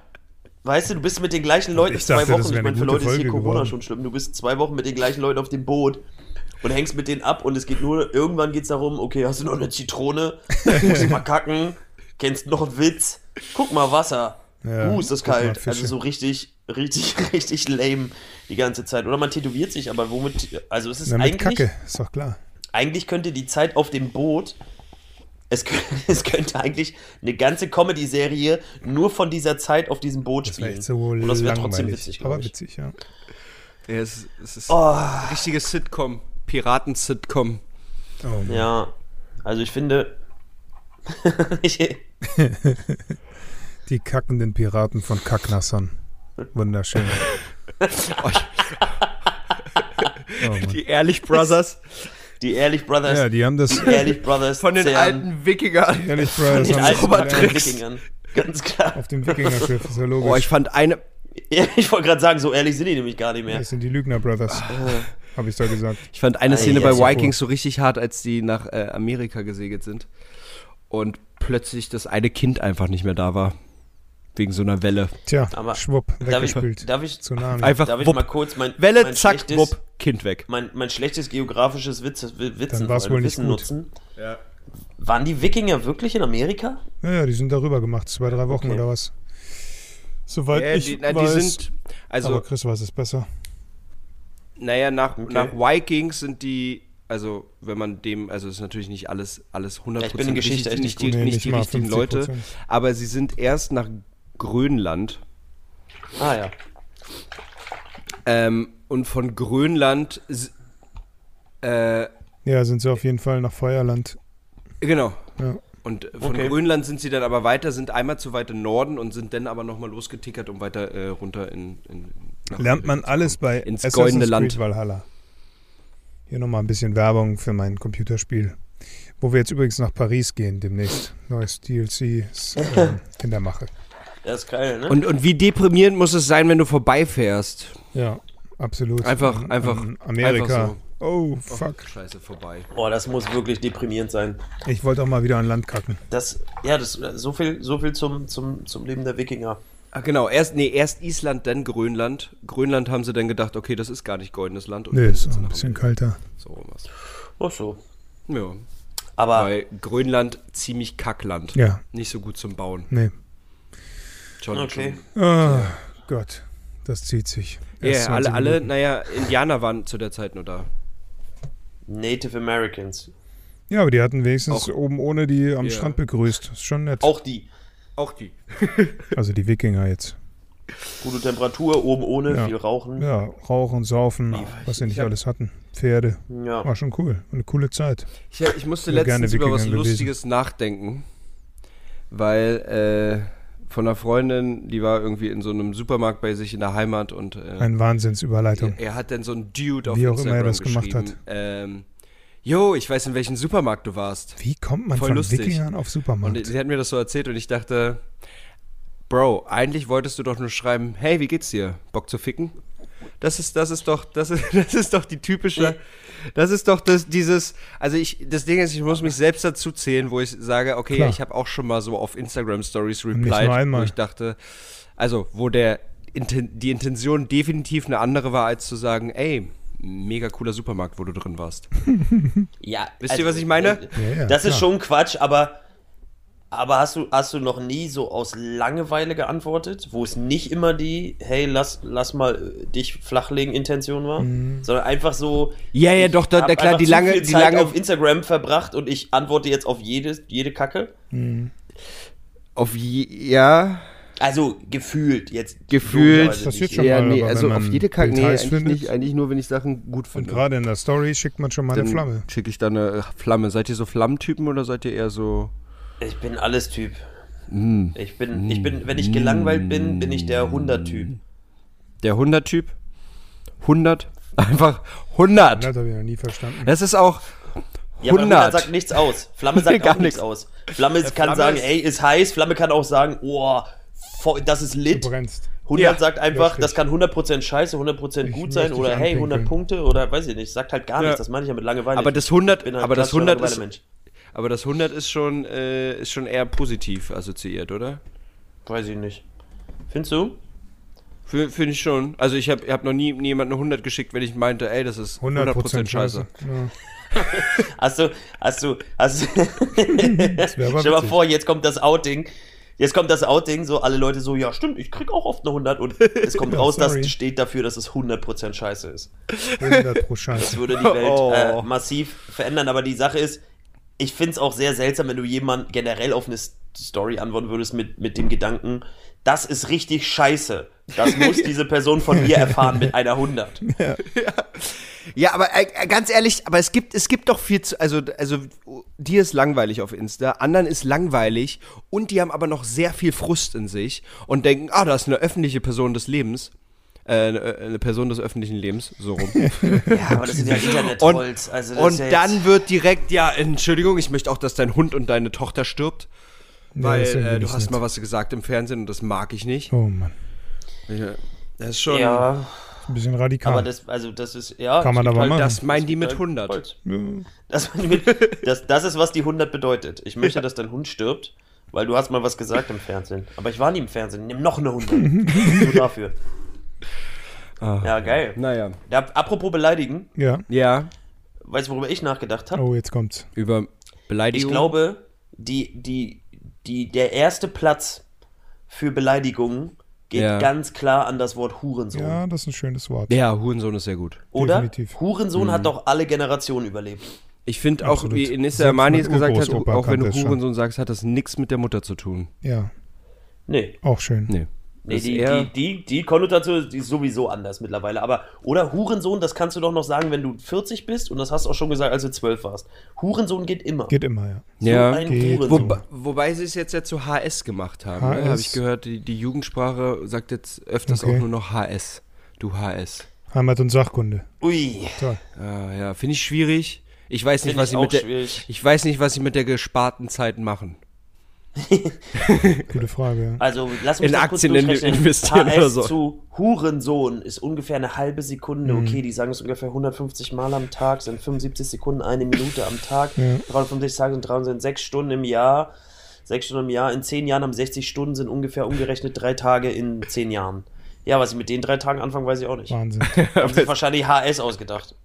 S5: Weißt du, du bist mit den gleichen Leuten
S3: Ich
S5: zwei
S3: dachte, das
S5: Wochen,
S3: wäre eine
S5: ich meine, für
S3: gute
S5: Leute ist hier
S3: Folge
S5: Corona
S3: geworden.
S5: schon schlimm, du bist zwei Wochen mit den gleichen Leuten auf dem Boot und hängst mit denen ab und es geht nur, irgendwann geht es darum, okay, hast du noch eine Zitrone? Muss ich mal kacken? Kennst noch einen Witz? Guck mal, Wasser.
S3: Ja,
S5: uh, ist das
S3: guck mal,
S5: kalt.
S3: Fische.
S5: also so richtig, richtig, richtig lame die ganze Zeit. Oder man tätowiert sich, aber womit, also es ist
S3: Na, mit
S5: eigentlich...
S3: Kacke, ist doch klar.
S5: Eigentlich könnte die Zeit auf dem Boot. Es könnte, es könnte eigentlich eine ganze Comedy-Serie nur von dieser Zeit auf diesem Boot
S3: Das wäre
S5: spielen.
S3: echt so
S5: Mhm. Und das wäre trotzdem
S3: langweilig,
S5: witzig,
S3: Aber
S5: glaube ich.
S3: witzig, ja.
S4: es, ist- es ist
S5: Oh,
S4: ein richtiges Sitcom. Piraten-Sitcom.
S3: Oh, Mann.
S5: ja. Also ich finde. ich,
S3: Die kackenden Piraten von Kacknassern. Wunderschön.
S4: Oh, ich-
S3: Oh, Mann.
S4: die Ehrlich Brothers
S5: die Ehrlich Brothers.
S3: Ja, die haben das.
S5: die Ehrlich Brothers.
S4: von den
S5: zehren
S4: alten Wikingern.
S3: Ehrlich, Bro, das
S5: den
S3: haben sie
S5: alten
S4: Robert
S5: alten
S3: gelernt.
S4: Tricks.
S5: Wikingern. Ganz klar.
S3: auf dem Wikingerschiff, ist ja logisch.
S4: Oh, ich fand eine,
S5: Ja, Ich wollte gerade sagen, so ehrlich sind die nämlich gar nicht mehr.
S3: das sind die Lügner Brothers,
S4: Äh.
S3: habe ich da gesagt.
S4: Ich fand eine
S5: Ah,
S4: Szene
S5: ja,
S4: bei
S5: so cool.
S4: Vikings so richtig hart, als die nach äh, Amerika gesegelt sind und plötzlich das eine Kind einfach nicht mehr da war. Wegen so einer Welle.
S3: Tja,
S5: Aber
S3: schwupp,
S5: Darf ich,
S3: weggespült.
S5: darf ich,
S3: Tsunami.
S4: Einfach
S5: darf ich
S4: wupp,
S5: mal kurz mein.
S4: Welle,
S5: mein
S4: zack,
S5: schlechtes-
S4: wupp, Kind weg.
S5: mein, mein schlechtes geografisches Witz, Witzen,
S3: Dann war's wohl nicht
S5: Wissen
S3: gut.
S5: nutzen. Waren die Wikinger wirklich in Amerika?
S3: Ja, ja, die sind darüber gemacht, zwei, drei Wochen
S5: Okay.
S3: oder was. Soweit
S4: Ja,
S3: ich
S4: die, na, die
S3: weiß.
S4: sind,
S3: aber
S4: also,
S3: Chris weiß es besser.
S4: naja, nach,
S5: Okay.
S4: nach Vikings sind die, also, wenn man dem, also ist natürlich nicht alles, alles 100%
S5: Ja, ich bin in Geschichte
S4: richtig,
S5: echt nicht
S4: nicht, die-
S3: gut. Nee,
S4: nicht
S3: nicht
S4: die
S3: mal
S4: richtigen
S3: 50%.
S4: Leute, aber sie sind erst nach Grönland
S5: Ah ja.
S4: ähm, und von Grönland, s- äh,
S3: Ja, sind sie auf jeden Fall nach Feuerland.
S4: genau,
S3: Ja.
S4: Und von
S5: Okay.
S4: Grönland sind sie dann aber weiter, sind einmal zu weit in Norden und sind dann aber nochmal losgetickert, um weiter äh, runter in, in nach
S3: Lernt
S4: Amerika
S3: man
S4: zu
S3: alles bei
S4: Ins
S3: Assassin's
S4: goldene Land.
S3: Creed Valhalla. Hier nochmal ein bisschen Werbung für mein Computerspiel. Wo wir jetzt übrigens nach Paris gehen demnächst. Neues DLC ist ähm, in der Mache.
S5: Das ist geil, ne?
S4: kommen. Und, und wie deprimierend muss es sein, wenn du vorbeifährst?
S3: Ja, absolut.
S4: Einfach-
S3: An-
S4: einfach-
S3: an Amerika.
S4: einfach
S3: Oh, fuck.
S4: Scheiße, vorbei.
S5: Boah, das muss wirklich deprimierend sein.
S3: Ich wollte auch mal wieder an Land kacken.
S5: Das, ja, das, so viel, so viel zum, zum, zum Leben der Wikinger.
S4: Ach genau, erst, nee, erst Island, dann Grönland. Grönland haben sie dann gedacht, okay, das ist gar nicht goldenes Land. Und
S3: Nee,
S4: wir
S3: ist
S4: sind
S3: auch
S4: jetzt
S3: ein
S4: nach
S3: bisschen
S4: Amerika.
S3: kalter.
S4: So was.
S5: Ach so.
S4: Ja.
S5: Aber
S4: Weil Grönland ziemlich Kackland.
S3: Ja.
S4: Nicht so gut zum Bauen.
S3: Nee.
S4: Schon,
S5: okay.
S4: schon.
S3: Ah, Gott, das zieht sich.
S4: Ja,
S3: Erst
S4: ja, alle,
S3: 20
S4: alle,
S3: Minuten.
S4: naja, Indianer waren zu der Zeit nur da.
S5: Native Americans.
S3: Ja, aber die hatten wenigstens
S4: Auch-
S3: oben ohne die am
S4: Ja.
S3: Strand begrüßt. Ist schon nett.
S5: Auch die.
S4: Auch die.
S3: Also die Wikinger jetzt.
S5: Gute Temperatur, oben ohne,
S3: Ja.
S5: viel Rauchen.
S3: Ja, rauchen, saufen, was sie nicht
S4: hab-
S3: alles hatten. Pferde.
S5: Ja.
S3: War schon cool. War Eine coole Zeit.
S4: Ich, ich musste
S3: Nur gerne
S4: letztens über was
S3: Wikinger gewesen.
S4: Lustiges nachdenken, weil äh, von einer Freundin, die war irgendwie in so einem Supermarkt bei sich in der Heimat und äh,
S3: Eine Wahnsinnsüberleitung.
S4: er, er hat dann so einen Dude auf
S3: Wie auch
S4: Instagram
S3: immer er das gemacht
S4: geschrieben. Ähm, jo, ich weiß, in welchem Supermarkt du warst.
S3: Wie kommt man
S4: Voll
S3: von
S4: lustig.
S3: Wikingern auf Supermarkt?
S4: Und äh, sie hat mir das so erzählt und ich dachte, Bro, eigentlich wolltest du doch nur schreiben, hey, wie geht's dir? Bock zu ficken? Das ist, das ist doch, das ist, das ist doch die typische, das ist doch das, dieses, also ich, das Ding ist, ich muss mich selbst dazu zählen, wo ich sage, okay,
S3: Klar.
S4: ich habe auch schon mal so auf Instagram Stories
S3: nicht nur
S4: replied, wo
S3: einmal.
S4: ich dachte, also wo der, Inten- die Intention definitiv eine andere war, als zu sagen, ey, mega cooler Supermarkt, wo du drin warst.
S5: Ja,
S4: Wisst ihr, was ich meine?
S5: äh,
S3: Ja, ja,
S5: das
S3: klar.
S5: ist schon Quatsch, aber, aber hast, du, hast du noch nie so aus Langeweile geantwortet, wo es nicht immer die, hey, lass, lass mal äh, dich flachlegen Intention war,
S3: Mhm.
S5: sondern einfach so.
S4: Ja, ja,
S5: ich
S4: doch, da-
S5: hab
S4: da- klar,
S5: einfach
S4: die
S5: zu
S4: lange-
S5: viel
S4: die
S5: Zeit
S4: lange-
S5: auf Instagram verbracht und ich antworte jetzt auf jede, jede Kacke.
S4: Auf, je, ja,
S5: Also gefühlt jetzt.
S4: Gefühlt. also
S3: Das
S5: logischerweise nicht.
S3: passiert schon mal, aber wenn man Details findet-
S4: eigentlich nur, wenn ich Sachen gut
S3: Und gerade in der Story schickt man schon mal eine Flamme.
S4: schicke ich da eine Flamme. Seid ihr so Flammentypen oder seid ihr eher so.
S5: Ich bin alles Typ.
S4: Mhm.
S5: Ich bin, ich bin, wenn ich gelangweilt bin, bin ich der 100-Typ.
S4: Der 100-Typ? 100? Einfach 100!
S3: Das habe ich noch nie verstanden.
S4: Das ist auch.
S5: Ja,
S4: 100.
S5: aber 100 sagt nichts aus. Flamme sagt
S4: Gar
S5: auch nichts
S4: nichts.
S5: aus. Flamme kann
S4: Flamme
S5: sagen,
S4: ist-
S5: ey, ist heiß. Flamme kann auch sagen, oh, voll- das ist
S3: Du
S5: lit.
S3: brennst.
S5: 100
S4: Ja,
S5: sagt einfach,
S3: richtig.
S5: das kann 100% scheiße, 100% gut
S3: möchte
S5: sein
S3: dich
S5: oder hey, 100
S3: anpinkeln.
S5: Punkte oder weiß ich nicht. Sagt halt gar
S4: Ja.
S5: nichts. Das meine ich ja mit Langeweile.
S4: Aber das 100
S5: Ich bin halt
S4: aber das
S5: klassischer
S4: 100 ist-
S5: Langeweile-Mensch.
S4: Aber das 100 ist schon, äh, ist schon eher positiv assoziiert, oder?
S5: Weiß ich nicht. Findest du?
S4: Fü- Finde ich schon. Also, ich habe hab noch nie jemanden 100 geschickt, wenn ich meinte, ey, das ist 100%,
S3: 100%,
S4: scheiße.
S3: scheiße. Ja.
S5: Hast du, hast du, hast du.
S3: wär aber
S5: Stell mal
S3: witzig.
S5: vor, jetzt kommt das Outing. Jetzt kommt das Outing, so alle Leute so, ja stimmt, ich krieg auch oft eine 100 und es kommt
S3: Ja,
S5: raus,
S3: sorry.
S5: das steht dafür, dass es 100% scheiße ist.
S3: 100 pro
S5: Das
S3: Scheiße.
S5: würde die Welt
S4: Oh.
S5: äh, massiv verändern, aber die Sache ist, ich finde es auch sehr seltsam, wenn du jemand generell auf eine S- Story antworten würdest mit, mit dem Gedanken, das ist richtig scheiße. Das muss diese Person von mir erfahren mit einer 100.
S4: Ja, aber äh, äh, ganz ehrlich, aber es gibt, es gibt doch viel zu, also, also uh, dir ist langweilig auf Insta, anderen ist langweilig und die haben aber noch sehr viel Frust in sich und denken, ah, da ist eine öffentliche Person des Lebens, äh, eine, äh, eine Person des öffentlichen Lebens, so rum.
S5: Ja, aber das sind ja
S4: und
S5: Internet-Trolls. Also das
S4: und
S5: ist ja jetzt-
S4: dann wird direkt, ja, Entschuldigung, ich möchte auch, dass dein Hund und deine Tochter stirbt, weil
S3: das ist irgendwie
S4: äh, du
S3: nicht
S4: hast
S3: nett.
S4: mal was gesagt im Fernsehen und das mag ich nicht.
S3: Oh Mann,
S4: Ja, Das ist schon,
S5: Ja,
S3: ein bisschen radikal.
S5: aber das, also das ist, ja.
S3: Kann man
S5: es gibt
S3: aber machen.
S4: das meinen die mit
S5: halt
S4: 100.
S5: Trolls.
S3: Ja.
S5: Das, das, das ist, was die 100 bedeutet. Ich möchte, dass dein Hund stirbt, weil du hast mal was gesagt im Fernsehen. Aber ich war nie im Fernsehen. Nimm noch eine 100. Nur dafür.
S3: Ah.
S5: Ja, geil.
S4: Naja.
S5: Ja, apropos beleidigen,
S3: ja.
S4: Ja,
S5: weißt du, worüber ich nachgedacht habe?
S3: Oh, jetzt kommt's.
S4: über
S5: Ich
S4: Beleidigung.
S5: glaube, die, die, die, der erste Platz für Beleidigungen geht
S4: Ja.
S5: ganz klar an das Wort Hurensohn.
S3: Ja, das ist ein schönes Wort.
S4: Ja, Hurensohn ist sehr gut.
S5: Oder?
S3: definitiv. Mhm.
S5: Hurensohn hat doch alle Generationen überlebt.
S4: Ich finde auch,
S3: Absolut.
S4: wie Inessa
S3: Selbst
S4: Armani
S3: mein
S4: es gesagt hat,
S3: Urgroßopa
S4: auch wenn du
S3: kannte es schon.
S4: Hurensohn sagst, hat das nichts mit der Mutter zu tun.
S3: Ja,
S5: Nee.
S3: auch schön.
S4: Nee.
S5: Nee,
S4: Das
S5: die,
S4: eher-
S5: die, die, die Konnotation die ist sowieso anders mittlerweile. Aber, oder Hurensohn, das kannst du doch noch sagen, wenn du 40 bist und das hast du auch schon gesagt, als du 12 warst. Hurensohn geht immer.
S3: Geht immer, ja.
S4: ja.
S5: ein
S3: Geht
S5: Hurensohn.
S3: so.
S4: Wobei, wobei sie es jetzt ja zu HS gemacht haben.
S3: HS.
S4: Ne? Habe ich gehört, die, die Jugendsprache sagt jetzt öfters
S3: Okay.
S4: auch nur noch HS. Du HS.
S3: Heimat und Sachkunde.
S5: Ui.
S3: Toll.
S4: Ah, ja, finde ich schwierig. Ich weiß nicht,
S5: Find
S4: was
S5: ich
S4: sie mit
S5: auch
S4: der,
S5: schwierig.
S4: ich weiß nicht, was sie mit der gesparten Zeit machen.
S3: Gute Frage. Ja.
S5: Also lass mich
S4: In
S5: das kurz
S4: Aktien in-
S5: durchrechnen.
S4: investieren
S5: HS
S4: oder so.
S5: zu Hurensohn ist ungefähr eine halbe Sekunde.
S4: Hm.
S5: Okay, die sagen es ungefähr 150 Mal am Tag, sind 75 Sekunden, eine Minute am Tag.
S3: Ja.
S5: 365 Tage sind 3 sind 6 Stunden im Jahr. 6 Stunden im Jahr. In 10 Jahren haben 60 Stunden, sind ungefähr umgerechnet 3 Tage in 10 Jahren. Ja, was ich mit den drei Tagen anfange, weiß ich auch nicht.
S3: Wahnsinn.
S5: Haben sich wahrscheinlich HS ausgedacht.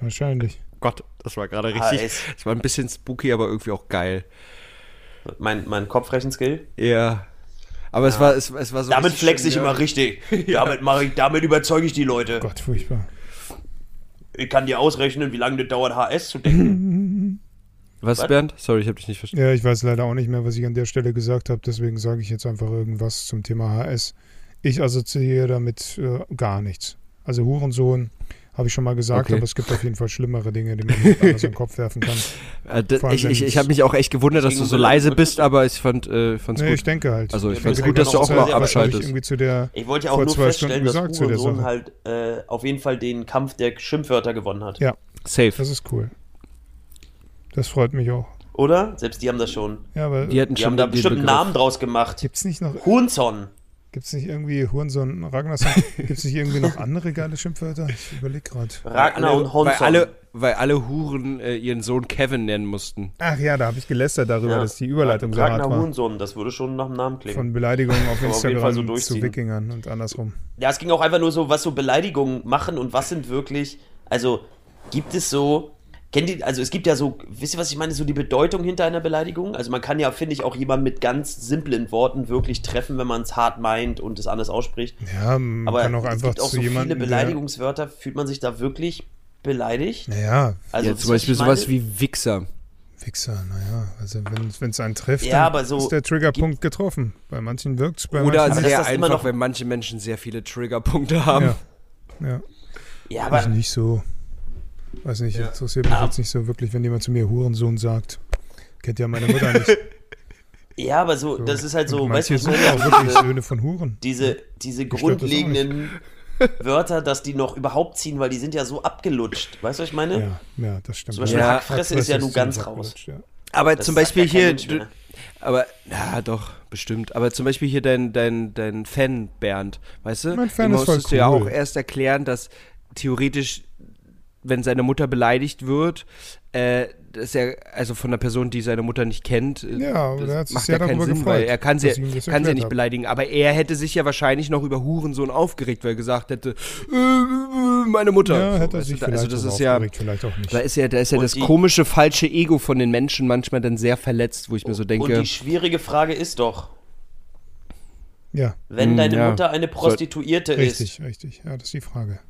S3: Wahrscheinlich.
S4: Gott, das war gerade richtig.
S5: es-
S4: Das war ein bisschen spooky, aber irgendwie auch geil.
S5: Mein, mein Kopfrechenskill.
S4: Ja. Aber es war, es, es war so.
S5: Damit
S4: richtig
S5: flex ich
S4: schön, ja.
S5: immer richtig. Damit mache ich, damit überzeuge ich die Leute.
S3: Gott, furchtbar.
S5: Ich kann dir ausrechnen, wie lange das dauert, HS zu denken.
S4: Was, Bernd? Sorry, ich habe dich nicht verstanden.
S3: Ja, ich weiß leider auch nicht mehr, was ich an der Stelle gesagt habe, deswegen sage ich jetzt einfach irgendwas zum Thema HS. Ich assoziiere damit äh, gar nichts. Also Hurensohn habe ich schon mal gesagt,
S4: Okay.
S3: aber es gibt auf jeden Fall schlimmere Dinge, die man nicht anders in den Kopf werfen kann.
S4: Äh, d-
S3: Vor allem,
S4: ich ich,
S3: wenn
S4: ich habe mich auch echt gewundert, dass du so leise bist, aber ich fand äh, fand's
S3: Nee,
S4: gut.
S3: ich denke halt.
S4: Also, ich
S3: Ja,
S4: find's
S3: wir
S4: gut,
S3: können
S4: dass du
S3: auch
S5: auch mal
S3: sagen, aber das hab
S4: abschaltest.
S3: Ich irgendwie zu der
S5: Ich wollte ja auch
S3: vor
S5: nur
S3: zwei Stunden
S5: feststellen, dass
S3: gesagt zu der
S5: Hurensohn
S3: Sache.
S5: halt äh, auf jeden Fall den Kampf der Schimpfwörter gewonnen hat.
S3: Ja.
S4: Safe.
S3: Das ist cool. Das freut mich auch.
S5: Oder? Selbst die haben das schon.
S3: Ja, aber
S4: Die hatten
S5: Die
S4: schon
S5: haben da
S4: den
S5: bestimmt einen
S4: Begriff.
S5: Namen draus gemacht.
S3: gibt's nicht noch
S5: Hurensohn.
S3: gibt's nicht irgendwie Hurensohn Ragnarsson? gibt's nicht irgendwie noch andere geile Schimpfwörter? Ich überleg gerade.
S5: Ragnar und
S4: Weil
S5: Honson.
S4: alle, weil alle Huren äh, ihren Sohn Kevin nennen mussten.
S3: Ach ja, da habe ich gelästert darüber, dass die Überleitung so hart
S5: Ragnar
S3: war.
S5: Hurensohn, das würde schon nach dem Namen klingen.
S3: Von Beleidigungen auf
S5: auf jeden Fall
S3: Instagram
S5: so
S3: zu
S5: durchziehen.
S3: Wikingern und andersrum.
S5: Ja, es ging auch einfach nur so, was so Beleidigungen machen und was sind wirklich. Also, gibt es so. Kennt ihr, also es gibt ja so, wisst ihr, was ich meine, so die Bedeutung hinter einer Beleidigung? Also man kann ja, finde ich, auch jemanden mit ganz simplen Worten wirklich treffen, wenn man es hart meint und es anders ausspricht.
S3: Ja, man
S5: Aber
S3: kann auch
S5: es
S3: einfach
S5: gibt auch
S3: zu
S5: so viele
S3: jemandem.
S5: Beleidigungswörter, fühlt man sich da wirklich beleidigt?
S3: der, naja,
S5: Also,
S4: ja,
S5: wisst ihr,
S4: zum Beispiel
S5: was ich meine?
S4: sowas wie Wichser.
S3: Wichser, naja. Also, wenn es einen trifft,
S5: Ja,
S3: dann
S5: aber so-
S3: ist der Triggerpunkt getroffen. Bei manchen wirkt's, bei
S4: Oder
S3: manchen
S5: dass
S4: sehr
S5: das immer
S4: einfach,
S5: noch-
S4: wenn manche Menschen sehr viele Triggerpunkte haben.
S3: Ja. ja.
S5: Ja,
S3: Aber
S5: aber
S3: nicht so. Weiß nicht, interessiert mich jetzt nicht so wirklich, wenn jemand zu mir Hurensohn sagt. Kennt ja meine Mutter nicht.
S5: Ja, aber so, das ist halt so,
S3: Und
S5: weißt du,
S3: manche
S5: was Äh,
S3: sind auch
S5: man ja
S3: wirklich
S5: diese,
S3: Söhne von Huren.
S5: diese, diese
S3: stört das auch
S5: grundlegenden Wörter, dass die noch überhaupt ziehen, weil die sind ja so abgelutscht. Weißt du, was ich meine?
S3: Ja, ja, das stimmt.
S5: Zum Beispiel
S4: Ja.
S5: Hackfresse ist ja nun ganz raus.
S3: abgelutscht, ja.
S4: Aber
S5: Das
S4: zum
S5: sagt
S4: Beispiel
S5: ja kein
S4: hier,
S5: Mensch mehr.
S4: du- aber ja doch bestimmt. Aber zum Beispiel hier dein dein dein Fan Bernd, weißt du?
S3: Mein Fan
S4: Dem
S3: ist voll
S4: musstest du ja
S3: cool.
S4: auch erst erklären, dass theoretisch, wenn seine Mutter beleidigt wird, äh, dass er also von einer Person, die seine Mutter nicht kennt, äh,
S3: Ja, aber
S4: das
S3: der hat sich
S4: macht
S3: sehr
S4: ja keinen
S3: darüber
S4: Sinn,
S3: gefreut,
S4: weil er kann sie
S3: dass ich ihm
S4: kann
S3: das
S4: sie
S3: erklärt
S4: nicht
S3: hab.
S4: beleidigen. Aber er hätte sich ja wahrscheinlich noch über Hurensohn aufgeregt, weil er gesagt hätte, äh, äh, meine Mutter.
S3: Ja,
S4: So,
S3: hätte er
S4: weißt du,
S3: sich
S4: da-
S3: vielleicht
S4: also das
S3: drüber
S4: ist ja
S3: aufgeregt, vielleicht auch nicht.
S4: da ist ja, da ist ja
S5: Und
S4: das
S5: die-
S4: komische, falsche Ego von den Menschen manchmal dann sehr verletzt, wo ich mir so
S5: Und
S4: denke.
S5: die schwierige Frage ist doch,
S3: Ja,
S5: wenn deine
S4: Hm, ja.
S5: Mutter eine Prostituierte ist,
S3: richtig, richtig. Ja, das ist die Frage.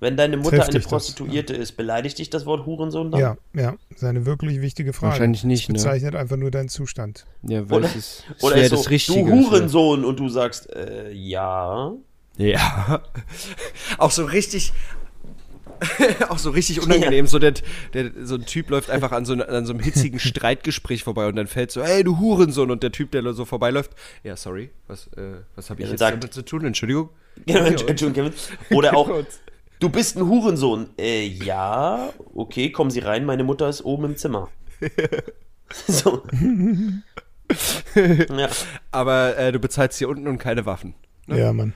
S5: wenn deine Mutter
S3: Trifft
S5: eine
S3: dich das,
S5: Prostituierte ist, beleidigt dich das Wort Hurensohn dann?
S3: Ja, ja, das ist eine wirklich wichtige Frage.
S4: Wahrscheinlich nicht,
S3: Es
S4: ne?
S3: bezeichnet einfach nur deinen Zustand.
S4: Ja, weil
S5: Oder,
S4: es ist, es
S5: oder
S4: wär
S5: ist so,
S4: das Richtige.
S5: du Hurensohn und du sagst, äh, ja.
S4: Ja. auch so richtig. auch so richtig unangenehm. So, der, der, so ein Typ läuft einfach an so, einer- an so einem hitzigen Streitgespräch vorbei und dann fällt so, hey, du Hurensohn. Und der Typ, der so vorbeiläuft, ja, sorry, was, äh, was habe ich
S5: Ja,
S4: jetzt
S5: sagt-
S4: damit zu tun? Entschuldigung.
S5: Genau, Entschuldigung, Kevin. Oder auch,
S3: Genau.
S5: du bist ein Hurensohn. Äh, ja, okay, kommen Sie rein, meine Mutter ist oben im Zimmer. so. ja.
S4: Aber äh, du bezahlst hier unten und keine Waffen.
S3: Ja, Mann.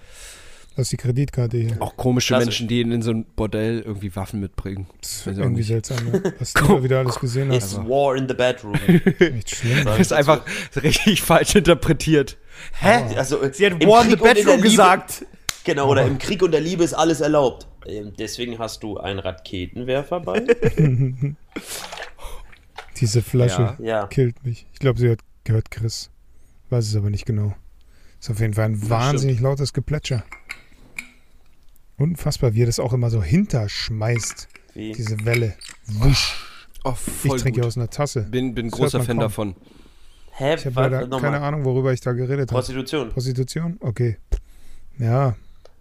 S3: Das ist die Kreditkarte hier.
S4: Auch komische
S5: Klasse.
S4: Menschen, die in so ein Bordell irgendwie Waffen mitbringen. Weiß
S3: Pff,
S4: ich auch
S3: irgendwie
S4: nicht.
S3: seltsam, ne? was du da wieder alles gesehen
S5: It's
S3: hast.
S5: war in the bedroom.
S3: Echt schlimm.
S4: Das ist einfach richtig falsch interpretiert.
S3: Oh.
S4: Hä?
S5: Also,
S4: Sie hat
S5: im
S4: War in the
S5: Krieg und in der
S4: Bedroom
S5: Liebe-
S4: gesagt.
S5: Genau, oder im Krieg und der Liebe ist alles erlaubt. Ähm, Deswegen hast du einen Raketenwerfer bei.
S3: Diese Flasche
S4: Ja.
S5: Ja.
S3: killt mich. Ich glaube, sie hat gehört Chris. Weiß es aber nicht genau. Ist auf jeden Fall ein wahnsinnig lautes Geplätscher. Unfassbar, wie er das auch immer so hinterschmeißt.
S5: Wie?
S3: Diese Welle. Wusch.
S4: Oh,
S3: Ich
S4: voll
S3: trinke
S4: gut.
S3: hier aus einer Tasse.
S4: Bin, bin
S3: Das
S4: großer
S3: hört man
S4: Fan
S3: kaum.
S4: davon.
S5: Hä?
S3: Ich habe
S5: was?
S3: leider
S5: Nochmal.
S3: keine Ahnung, worüber ich da geredet habe.
S5: Prostitution.
S3: Prostitution? Okay. Ja,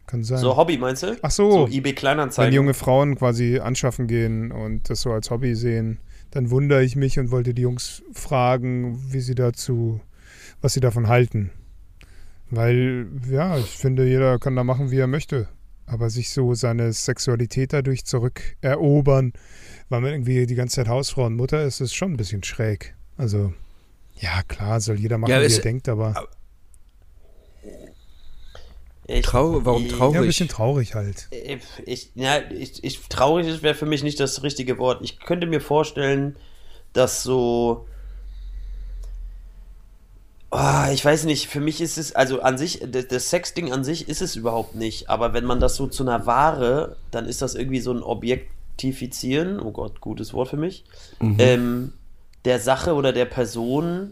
S3: kann sein.
S5: So Hobby, meinst du?
S3: Ach so,
S5: So eBay
S3: wenn
S5: Kleinanzeigen.
S3: junge Frauen quasi anschaffen gehen und das so als Hobby sehen, dann wundere ich mich und wollte die Jungs fragen, wie sie dazu, was sie davon halten. Weil, ja, ich finde, jeder kann da machen, wie er möchte. Aber sich so seine Sexualität dadurch zurückerobern, weil man irgendwie die ganze Zeit Hausfrau und Mutter ist, ist schon ein bisschen schräg. Also, ja, klar, soll jeder machen,
S4: Ja,
S3: wie
S4: es-
S3: er denkt, aber.
S5: Ich, äh,
S4: Trau warum
S3: Ja, ein
S4: traurig?
S3: bisschen traurig halt.
S5: ich, ja, ich, ich, traurig ist wäre für mich nicht das richtige Wort. Ich könnte mir vorstellen, dass so. Ah, ich weiß nicht, für mich ist es, also an sich, das, das Sexding an sich ist es überhaupt nicht, aber wenn man das so zu einer Ware, dann ist das irgendwie so ein Objekt, objektifizieren, oh Gott, gutes Wort für mich,
S6: Mhm.
S5: ähm, der Sache oder der Person.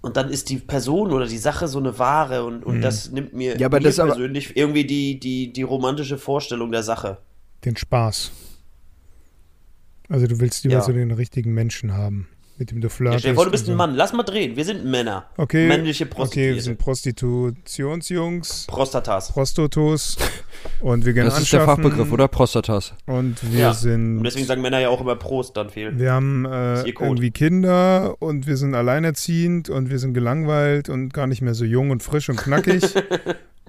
S5: Und dann ist die Person oder die Sache so eine Ware und, und das nimmt mir,
S6: Mhm. Ja, aber
S5: mir
S6: das aber-
S5: persönlich irgendwie die, die, die romantische Vorstellung der Sache.
S3: Den Spaß. Also du willst lieber
S5: Ja.
S3: so den richtigen Menschen haben, mit dem du
S5: Ja,
S3: flirtest.
S5: stell dir vor, du
S3: und
S5: bist
S3: so.
S5: ein Mann, lass mal drehen, wir sind Männer.
S3: Okay.
S5: Männliche
S3: Okay,
S5: Prostituierte.
S3: wir sind Prostitutionsjungs,
S5: Prostatas.
S3: Prostotos und wir gehen
S4: Das ist der Fachbegriff, oder? Prostatas.
S3: Und wir
S5: Ja.
S3: sind.
S5: Und deswegen sagen Männer ja auch immer Prost dann viel.
S3: Wir haben äh,
S5: Ist ihr Code.
S3: irgendwie Kinder und wir sind alleinerziehend und wir sind gelangweilt und gar nicht mehr so jung und frisch und knackig.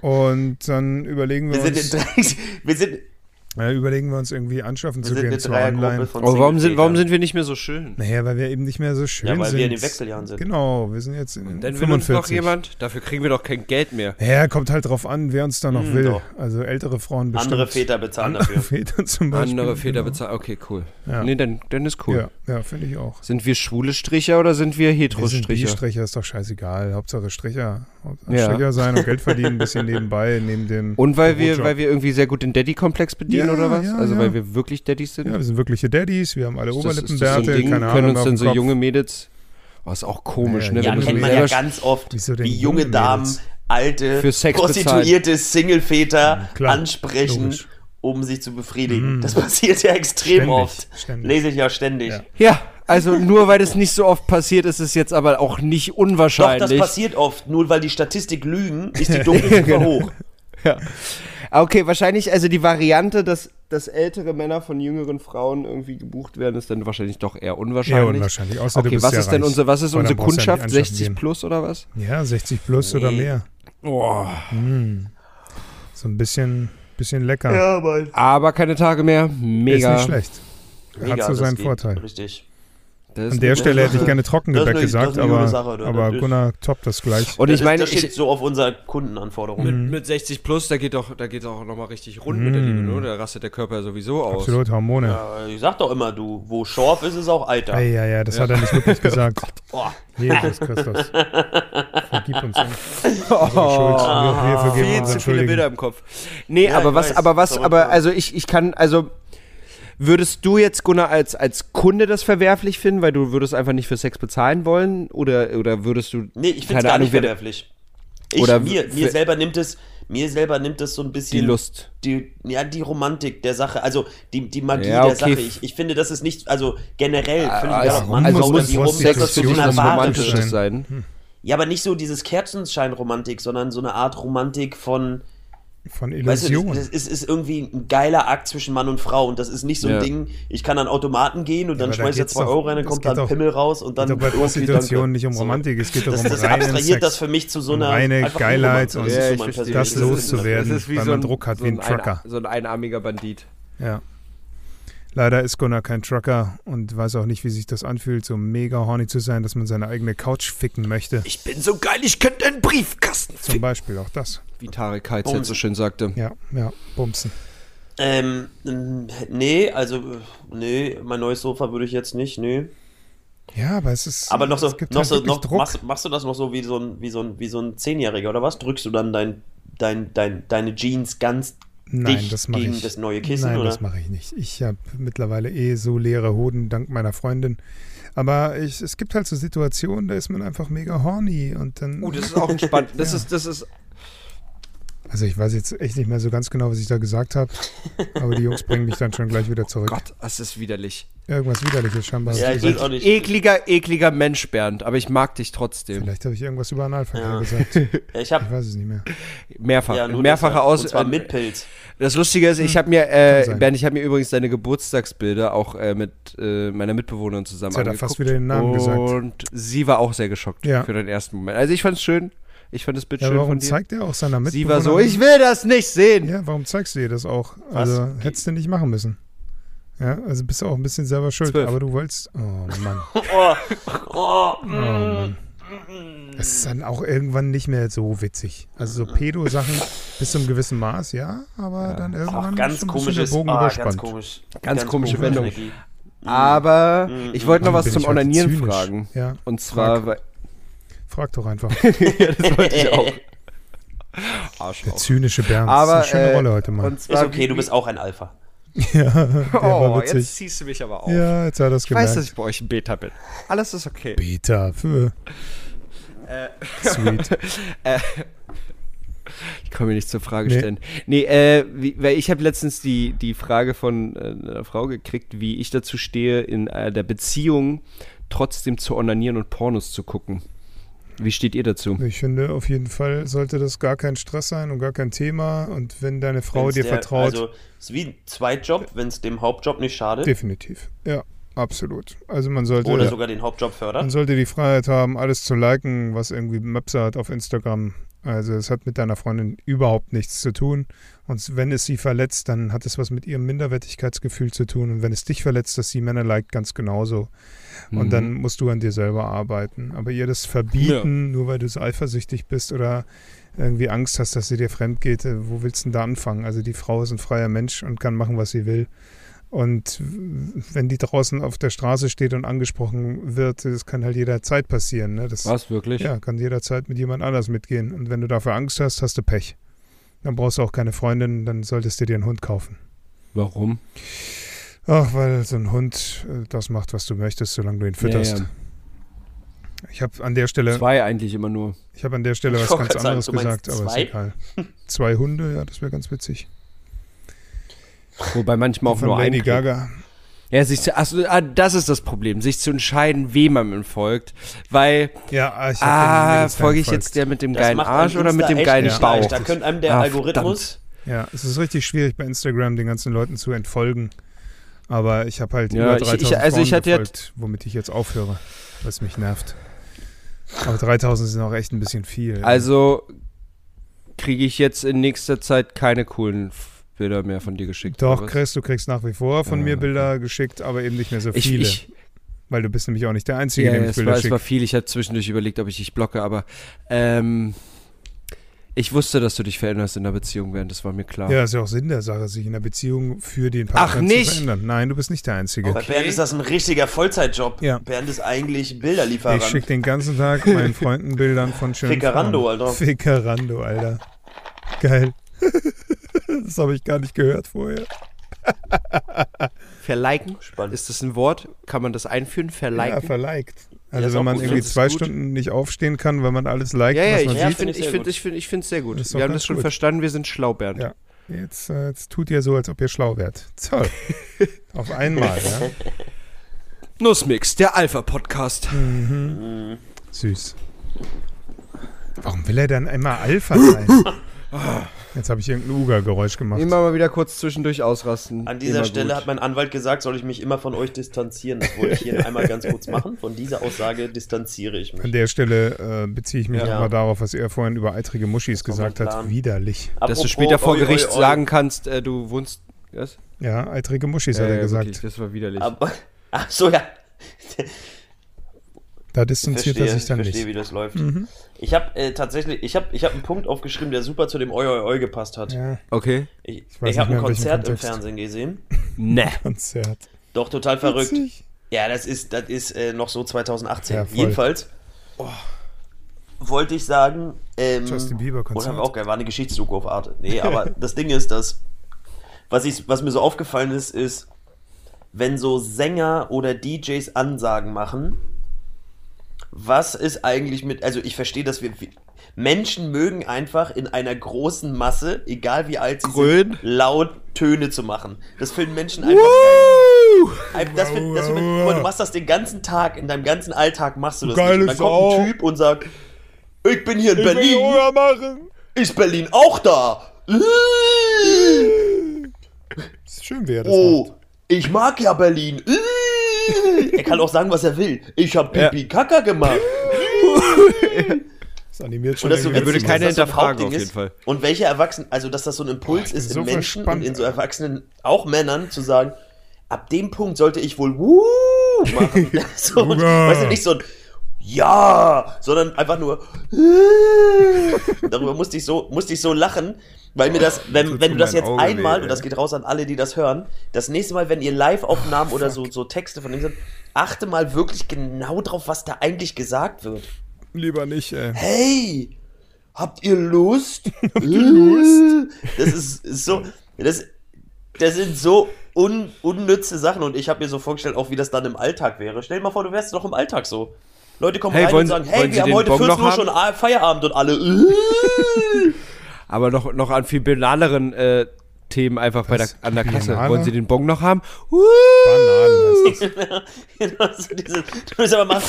S3: und dann überlegen wir,
S5: Wir sind, in
S3: uns,
S5: drei, wir sind,
S3: ja, überlegen wir uns irgendwie anschaffen
S5: wir
S3: zu
S5: sind eine
S3: gehen zu online.
S5: Dreiergruppe von
S4: Aber Oh, warum sind, warum
S5: Singletätern.
S4: sind wir nicht mehr so schön?
S3: Naja, weil wir eben nicht mehr so schön
S5: Ja, weil
S3: sind.
S5: wir in den Wechseljahren sind.
S3: Genau, wir sind jetzt in
S4: Dann will uns
S3: 45.
S4: noch jemand, dafür kriegen wir doch kein Geld mehr.
S3: Ja, kommt halt drauf an, wer uns da noch
S5: Hm,
S3: will.
S5: doch.
S3: Also ältere Frauen bestimmt.
S5: Andere Väter bezahlen
S3: Andere
S5: dafür.
S3: Väter zum Beispiel.
S4: Andere Väter
S3: genau.
S4: bezahlen. Okay, cool.
S3: Ja.
S4: Nee, dann, dann ist cool.
S3: Ja, ja finde ich auch.
S4: Sind wir schwule Stricher oder sind wir
S3: Wir sind
S4: Hetero-Stricher?
S3: Stricher ist doch scheißegal. Hauptsache Stricher. Hauptsache
S4: Ja.
S3: Stricher sein und Geld verdienen, ein bisschen nebenbei, neben dem.
S4: Und weil wir,
S3: Bürojob.
S4: weil wir irgendwie sehr gut den Daddy-Komplex bedienen
S3: Ja,
S4: oder was?
S3: ja,
S4: also
S3: ja.
S4: weil wir wirklich Daddys sind?
S3: ja, wir sind wirkliche Daddies, wir haben alle
S4: Ist das- ist das so ein
S3: Oberlippenbärte,
S4: Ding?
S3: keine
S4: Können
S3: Ahnung.
S4: uns
S3: auf
S4: dann
S3: dem
S4: so
S3: Kopf.
S4: junge Mädels. Oh, ist auch komisch,
S3: Ja,
S4: ne?
S3: ja,
S5: Ja,
S4: wenn du so
S5: kennt man
S4: selber
S5: ja
S4: sch-
S5: ganz oft,
S3: Wieso denn
S5: wie junge
S3: junge
S5: Damen
S3: Mädels?
S5: alte,
S4: Für Sex
S5: prostituierte Single-Väter
S3: klar,
S5: ansprechen,
S3: logisch. Mhm.
S5: um sich zu befriedigen. Das passiert ja extrem
S3: Ständig,
S5: oft.
S3: ständig.
S5: Lese ich ja ständig.
S3: Ja.
S4: Ja, also nur weil es nicht so oft passiert, ist es jetzt aber auch nicht
S5: Doch,
S4: unwahrscheinlich.
S5: das passiert oft. Nur weil die Statistik lügen, ist die Dunkelziffer
S3: Genau.
S5: hoch.
S4: Okay, wahrscheinlich, also die Variante, dass, dass ältere Männer von jüngeren Frauen irgendwie gebucht werden, ist dann wahrscheinlich doch eher unwahrscheinlich.
S3: Eher unwahrscheinlich, außer du
S4: Okay,
S3: bist
S4: was
S3: ja
S4: ist denn
S3: reich.
S4: unsere, was ist
S3: Weil dann
S4: unsere
S3: brauchst du ja nicht
S4: Kundschaft?
S3: anschaffen
S4: 60
S3: gehen.
S4: plus oder was?
S3: Ja, 60 plus oder mehr.
S4: Oh.
S3: So ein bisschen, bisschen lecker.
S4: Aber keine Tage mehr. Mega.
S3: Ist nicht schlecht. Hat so
S5: das
S3: seinen
S5: geht.
S3: Vorteil.
S5: Richtig.
S4: Das
S3: An
S4: ist
S3: der
S4: eine-
S3: Stelle hätte ich
S5: Sache.
S3: gerne Trockengebäck
S5: Das ist eine-
S3: gesagt,
S5: das ist eine gute
S3: aber,
S5: Sache, das
S3: aber
S5: ist-
S3: Gunnar toppt das gleich.
S4: Und
S5: Das
S4: ich
S5: ist-
S4: meine,
S5: das steht
S4: ich,
S5: so auf unserer Kundenanforderung.
S3: Mhm.
S4: mit, mit 60 plus, da geht doch, da geht doch nochmal richtig rund mit der Liebe, ne? Da rastet der Körper ja sowieso aus.
S3: Mhm. Absolut, Hormone. Ja.
S5: Äh, Ich sag doch immer, du, wo Schorf ist, ist auch Alter.
S3: Ei, ja, ja, das hat er nicht wirklich
S5: Oh
S3: gesagt.
S5: Boah.
S3: Jesus Christus. Vergib uns. Oh, Schuld. Wir, wir
S4: viel zu
S3: vergeben uns
S4: viele
S3: entschuldigen.
S4: Bilder im Kopf. Nee,
S5: Ja,
S4: aber
S5: ich
S4: was,
S5: weiß.
S4: aber was,
S5: Verrückt,
S4: aber
S5: ja.
S4: also ich, ich kann, also würdest du jetzt Gunnar als, als Kunde das verwerflich finden, weil du würdest einfach nicht für Sex bezahlen wollen oder, oder würdest du
S5: Nee, ich finde
S4: Keine
S5: es gar
S4: Ahnung,
S5: nicht
S4: wer-
S5: verwerflich. Ich,
S4: Oder
S5: mir,
S4: wer-
S5: mir selber nimmt es, mir selber nimmt es so ein bisschen
S4: die Lust?
S5: die, ja, die Romantik der Sache, also die, die Magie
S4: Ja,
S5: der
S4: okay.
S5: Sache. Ich, ich finde, das ist nicht, also generell, völlig
S4: Ah,
S5: egal, ob Mann
S3: also
S5: oder
S3: muss
S5: die
S3: Prostitution
S5: Romantik, das so eine
S3: muss
S5: Ware
S3: romantisch
S5: wird.
S4: Romantisches sein.
S5: Ja, aber nicht so dieses Kerzenschein-Romantik, sondern so eine Art Romantik von,
S3: Von
S5: weißt du,
S3: Illusion.
S5: das, das ist, ist irgendwie ein geiler Akt zwischen Mann und Frau und das ist nicht so ein
S4: Ja.
S5: Ding, ich kann an Automaten gehen und dann
S3: aber da
S5: schmeißt er
S3: geht's
S5: zwei
S3: doch-
S5: Euro rein, dann
S3: es
S5: kommt
S3: geht
S5: da ein
S3: doch-
S5: Pimmel raus und dann.
S3: Doch bei
S5: okay,
S3: Prostitution
S5: danke.
S3: nicht um
S5: So.
S3: Romantik, es geht doch
S5: Das,
S3: um
S5: das
S3: reinen
S5: abstrahiert
S3: Sex.
S5: das für mich zu so
S3: Um
S5: einer
S3: reine
S5: einfachen
S3: Geilheit
S5: Romanze.
S3: und-
S5: Das ist
S3: Ja,
S5: so
S3: ich
S5: mein
S4: verstehe.
S5: Perspektiv.
S3: das
S4: ist-
S3: loszuwerden,
S4: ist wie
S3: weil
S4: so
S3: man
S4: ein-
S3: Druck hat,
S4: so
S3: wie ein
S4: ein
S3: Trucker.
S4: So ein einarmiger Bandit.
S3: Ja. Leider ist Gunnar kein Trucker und weiß auch nicht, wie sich das anfühlt, so mega horny zu sein, dass man seine eigene Couch ficken möchte.
S4: Ich bin so geil, ich könnte einen Briefkasten.
S3: Zum Beispiel auch das.
S4: Wie Tarek Heitz so schön sagte.
S3: Ja, ja, bumsen.
S5: Ähm, ähm, nee, also, äh, nee, mein neues Sofa würde ich jetzt nicht, nee.
S3: Ja, aber es ist.
S5: Aber noch so,
S3: es gibt
S5: noch
S3: halt
S5: so,
S3: wirklich
S5: noch,
S3: Druck.
S5: machst, machst du das noch so wie so ein, wie so ein, wie so ein Zehnjähriger oder was? Drückst du dann dein, dein, dein, deine Jeans ganz
S3: Nein,
S5: dicht
S3: das mache
S5: gegen
S3: ich.
S5: das neue Kissen,
S3: Nein,
S5: oder?
S3: das mache ich nicht. Ich habe mittlerweile eh so leere Hoden dank meiner Freundin. Aber ich, es gibt halt so Situationen, da ist man einfach mega horny und dann.
S5: Oh,
S4: Uh, das ist auch ein spannend. Das ist, das ist.
S3: also ich weiß jetzt echt nicht mehr so ganz genau, was ich da gesagt habe. aber die Jungs bringen mich dann schon gleich wieder zurück.
S4: Gott, das ist widerlich.
S3: Irgendwas widerliches scheinbar.
S5: Oh ja, ich weiß auch nicht.
S4: Ekliger, ekliger Mensch, Bernd, aber ich mag dich trotzdem.
S3: Vielleicht habe ich irgendwas über Analverkehr
S5: Ja.
S3: gesagt. Ich
S5: Ja, ich hab,
S3: weiß es nicht mehr.
S4: Mehrfach.
S5: ja, nur
S4: mehrfache
S5: deshalb.
S4: Aus.
S5: Und zwar
S4: äh,
S5: mit Pilz.
S4: Das Lustige ist, ich habe mir,
S3: Hm. Kann
S4: äh,
S3: sein.
S4: Bernd, ich habe mir übrigens deine Geburtstagsbilder auch äh, mit äh, meiner Mitbewohnerin zusammen
S3: Jetzt hat er
S4: angeguckt.
S3: fast wieder den Namen
S4: und
S3: gesagt.
S4: Und sie war auch sehr geschockt
S3: Ja.
S4: für den ersten Moment. Also ich fand's schön. Ich fand das Bild
S3: Ja,
S4: schön
S3: warum
S4: von dir.
S3: zeigt er auch seiner
S4: Sie war
S3: Mitbewohnerin?
S4: so, ich will das nicht sehen.
S3: Ja, warum zeigst du ihr das auch? Also hättest du nicht machen müssen. Ja, also bist du auch ein bisschen selber schuld,
S4: Zwölf.
S3: aber du wolltest. Oh Mann. oh Mann. Es ist dann auch irgendwann nicht mehr so witzig. Also so Pedo-Sachen bis zu einem gewissen Maß, ja, aber dann irgendwann
S5: Ach,
S3: ist
S5: ganz
S3: schon ein bisschen
S5: komisches,
S3: der Bogen
S5: ah, ganz
S3: überspannt.
S5: komisch.
S4: komische Wendung.
S5: Energie.
S4: Aber ich wollte noch
S3: Mann,
S4: was
S3: bin
S4: zum
S3: ich heute
S4: Onanieren
S3: zynisch.
S4: fragen.
S3: Ja,
S4: Und zwar, weil-
S3: frag doch einfach.
S4: ja, das wollte
S5: Äh,
S4: ich auch.
S3: Der
S4: Arschloch.
S3: zynische Bernd.
S4: Aber
S3: das ist eine schöne
S4: äh,
S3: Rolle heute mal.
S4: Und zwar,
S5: Ist okay,
S4: wie-
S5: du bist auch ein Alpha.
S3: Ja, der war
S4: Oh,
S3: witzig.
S4: jetzt ziehst du mich aber auf.
S3: Ja, jetzt hat er es
S4: Ich weiß,
S3: gemerkt.
S4: dass ich bei euch ein Beta bin. Alles ist okay.
S3: Beta für. Sweet.
S4: Ich kann mir nicht zur Frage
S3: Nee.
S4: stellen. Nee, äh, wie, weil ich habe letztens die, die Frage von äh, einer Frau gekriegt, wie ich dazu stehe, in äh, der Beziehung trotzdem zu onanieren und Pornos zu gucken. Wie steht ihr dazu?
S3: Ich finde, auf jeden Fall sollte das gar kein Stress sein und gar kein Thema. Und wenn deine Frau
S5: Wenn's
S3: dir
S5: der-
S3: vertraut,
S5: Also, ist wie ein Zweitjob, wenn es dem Hauptjob nicht schadet.
S3: definitiv. Ja, absolut. Also man sollte,
S5: Oder sogar den Hauptjob
S3: man
S5: fördert.
S3: sollte die Freiheit haben, alles zu liken, was irgendwie Möpse hat auf Instagram. Also es hat mit deiner Freundin überhaupt nichts zu tun. Und wenn es sie verletzt, dann hat es was mit ihrem Minderwertigkeitsgefühl zu tun. Und wenn es dich verletzt, dass sie Männer liked, ganz genauso. Und dann musst du an dir selber arbeiten. Aber ihr das verbieten, nur weil du so eifersüchtig bist oder irgendwie Angst hast, dass sie dir fremd geht, äh, wo willst du denn da anfangen? Also die Frau ist ein freier Mensch und kann machen, was sie will. Und w- wenn die draußen auf der Straße steht und angesprochen wird, das kann halt jederzeit passieren. Ne? Das
S4: Was, wirklich?
S3: ja, kann jederzeit mit jemand anders mitgehen. Und wenn du dafür Angst hast, hast du Pech. Dann brauchst du auch keine Freundin, dann solltest du dir einen Hund kaufen.
S4: Warum?
S3: Ach, weil so ein Hund äh, das macht, was du möchtest, solange du ihn fütterst.
S4: Ja,
S3: Ich habe an der Stelle,
S4: Zwei eigentlich immer nur.
S3: ich habe an der Stelle
S5: Ich
S3: was
S5: wollte
S3: ganz
S5: gerade sagen,
S3: anderes
S5: du meinst
S3: gesagt, aber ist
S5: zwei?
S3: egal. Zwei Hunde, ja, das wäre ganz witzig.
S4: Wobei manchmal auch
S3: Von
S4: nur
S3: Lady
S4: ein.
S3: Gaga.
S4: Ja, sich zu, achso, ah, das ist das Problem, sich zu entscheiden, wem man folgt. Weil,
S3: Ja, ich hab den
S4: ah,
S3: Mädels
S4: folge ich
S3: folgt.
S4: jetzt der mit dem
S5: Das
S4: geilen
S5: macht einem
S4: Arsch oder mit
S5: Insta
S4: dem
S5: echt
S4: geilen
S5: nicht
S4: Bauch?
S5: leicht. Da könnte einem der
S4: Ah,
S5: Algorithmus.
S3: Ja, es ist richtig schwierig bei Instagram den ganzen Leuten zu entfolgen. Aber ich habe halt
S4: Ja,
S3: über
S4: ich- ich-
S3: 3000
S4: also ich
S3: Frauen
S4: hatte ja-
S3: gefolgt, womit ich jetzt aufhöre, was mich nervt. Aber 3000 sind auch echt ein bisschen viel.
S4: Also kriege ich jetzt in nächster Zeit keine coolen F- Bilder mehr von dir geschickt.
S3: Doch,
S4: oder was?
S3: Chris, du kriegst nach wie vor von
S4: Ja,
S3: mir
S4: okay.
S3: Bilder geschickt, aber eben nicht mehr so
S4: ich,
S3: viele.
S4: ich,
S3: weil du bist nämlich auch nicht der Einzige,
S4: ja,
S3: dem ich
S4: es,
S3: Bilder
S4: war, es war
S3: schicke.
S4: viel. Ich habe zwischendurch überlegt, ob ich dich blocke, aber ähm, ich wusste, dass du dich veränderst in der Beziehung, während das war mir klar.
S3: Ja, ist ja auch Sinn der Sache, sich in der Beziehung für den Partner
S4: nicht?
S3: zu verändern. Nein, du bist nicht der Einzige.
S5: Bei Bernd ist das ein richtiger Vollzeitjob.
S3: Ja.
S5: Bernd ist eigentlich ein
S3: Ich
S5: Bilderlieferant.
S3: schicke den ganzen Tag meinen Freunden Bildern von schönen
S5: Fickerando,
S3: Frauen.
S5: Alter.
S3: Fickerando, Alter. Geil. Das habe ich gar nicht gehört vorher.
S4: Verliken?
S5: Spannend.
S4: Ist das ein Wort? Kann man das einführen?
S3: Ja,
S4: Verliken?
S3: verliked.
S5: Ja,
S3: Also
S5: ist
S3: wenn
S5: auch
S3: man
S5: gut.
S3: irgendwie
S4: Das ist
S3: zwei
S4: gut.
S3: Stunden nicht aufstehen kann, weil man alles liked,
S4: Ja, ja,
S3: was
S4: ich,
S3: man
S5: Ja,
S4: ich
S3: sieht.
S5: find
S4: finde
S5: ich sehr
S4: ich find,
S5: gut.
S4: ich find, ich find's sehr gut.
S3: Das ist doch
S4: Wir haben
S3: ganz
S4: das schon
S3: gut.
S4: verstanden, wir sind schlau, Bernd.
S3: Ja. Jetzt, äh, jetzt tut ihr so, als ob ihr schlau wärt. Toll. Auf einmal, ja.
S4: Nussmix, der Alpha-Podcast.
S3: Süß. Warum will er dann immer Alpha sein? Jetzt habe ich irgendein Uga-Geräusch gemacht.
S4: Immer mal wieder kurz zwischendurch ausrasten.
S5: An dieser
S4: Immer
S5: Stelle
S4: gut.
S5: hat mein Anwalt gesagt, soll ich mich immer von euch distanzieren. Das wollte ich hier einmal ganz kurz machen. Von dieser Aussage distanziere ich
S3: An
S5: mich.
S3: der Stelle äh, beziehe ich mich
S5: Ja.
S3: nochmal darauf, was er vorhin über eitrige Muschis
S5: war
S3: gesagt
S5: mein
S3: hat.
S5: Plan.
S3: Widerlich.
S4: Dass du
S5: Apropos,
S4: später vor
S5: oi,
S4: Gericht
S5: oi, oi.
S4: sagen kannst, äh, du wohnst. Was?
S3: Ja, eitrige Muschis hat
S4: Ja,
S3: er
S4: ja,
S3: gesagt.
S4: wirklich, das war widerlich.
S5: Aber, ach so, ja.
S3: Da distanziert
S5: verstehe,
S3: er sich dann
S5: verstehe,
S3: nicht. Mhm.
S5: wie das läuft. Ich habe äh, tatsächlich, ich habe ich hab einen Punkt aufgeschrieben, der super zu dem Oi Oi Oi gepasst hat.
S3: Ja,
S4: Okay.
S5: Ich,
S3: weiß
S5: ich,
S3: nicht
S5: habe
S3: mehr,
S5: ein
S3: in welchem
S5: Konzert im
S3: Kontext.
S5: Fernsehen gesehen.
S4: Ne.
S3: Konzert.
S5: Doch, total verrückt.
S3: Witzig.
S5: Ja, das ist, das ist äh, noch so 2018.
S3: Ja, voll.
S5: Jedenfalls wollte ich sagen, ähm,
S3: Justin Bieber Konzert.
S5: Oder auch geil, war eine Geschichtsdoku auf Arte. Nee, aber das Ding ist, dass was, ich, was mir so aufgefallen ist, ist, wenn so Sänger oder DJs Ansagen machen, was ist eigentlich mit, also ich verstehe, dass wir, wir- Menschen mögen einfach in einer großen Masse, egal wie alt sie
S4: Grün.
S5: sind, laut Töne zu machen. Das finden Menschen einfach Ein- Das wird, das wird, guck mal, du machst das den ganzen Tag, in deinem ganzen Alltag machst du das
S3: Geile
S5: nicht. Und dann kommt
S3: Sau.
S5: ein Typ und sagt, ich bin hier in Berlin,
S3: Uga machen.
S5: ist Berlin auch da?
S3: Ist schön, wie er das
S5: Oh,
S3: macht.
S5: ich mag ja Berlin. Er kann auch sagen, was er will. Ich hab Pipi Kaka gemacht.
S3: Das animiert schon.
S5: Und das so
S3: irgendwie
S5: witzig,
S4: würde
S5: ist,
S3: dazu.
S4: keiner
S5: dass das so ein
S4: hinterfragen,
S5: Hauptding
S4: auf jeden Fall.
S5: Ist. Und welche Erwachsenen, also dass das so ein Impuls ist in
S3: so
S5: Menschen
S3: verspannt,
S5: und in so
S3: Alter.
S5: Erwachsenen, auch Männern, zu sagen, ab dem Punkt sollte ich wohl Wuh machen. so, und,
S3: Hurra.
S5: weißt du, nicht so ein Ja, sondern einfach nur Darüber musste ich so, musste ich so lachen, weil mir das, wenn,
S3: Tut's
S5: wenn du
S3: um
S5: das
S3: mein
S5: jetzt
S3: Auge weh,
S5: einmal,
S3: ey.
S5: und das geht raus an alle, die das hören, das nächste Mal, wenn ihr Live-Aufnahmen oder so, so Texte von denen sind, achte mal wirklich genau drauf, was da eigentlich gesagt wird.
S3: Lieber nicht, ey.
S5: Hey, habt ihr Lust? Äh, Das ist so, das, das sind so un, unnütze Sachen und ich habe mir so vorgestellt, auch wie das dann im Alltag wäre. Stell dir mal vor, du wärst doch im Alltag so. Leute kommen
S4: Hey,
S5: rein
S4: wollen-
S5: und sagen, hey,
S4: wollen Sie
S5: wir haben
S4: den
S5: heute
S4: Bon
S5: 14 Uhr
S4: noch
S5: schon A- Feierabend und alle. äh.
S4: Aber noch, noch an viel banaleren äh, Themen einfach bei der,
S3: Was?
S4: an der Kasse.
S3: Banane?
S4: Wollen Sie den Bon noch haben? Uh,
S3: Bananen heißt das.
S5: Also diese- du musst aber machen.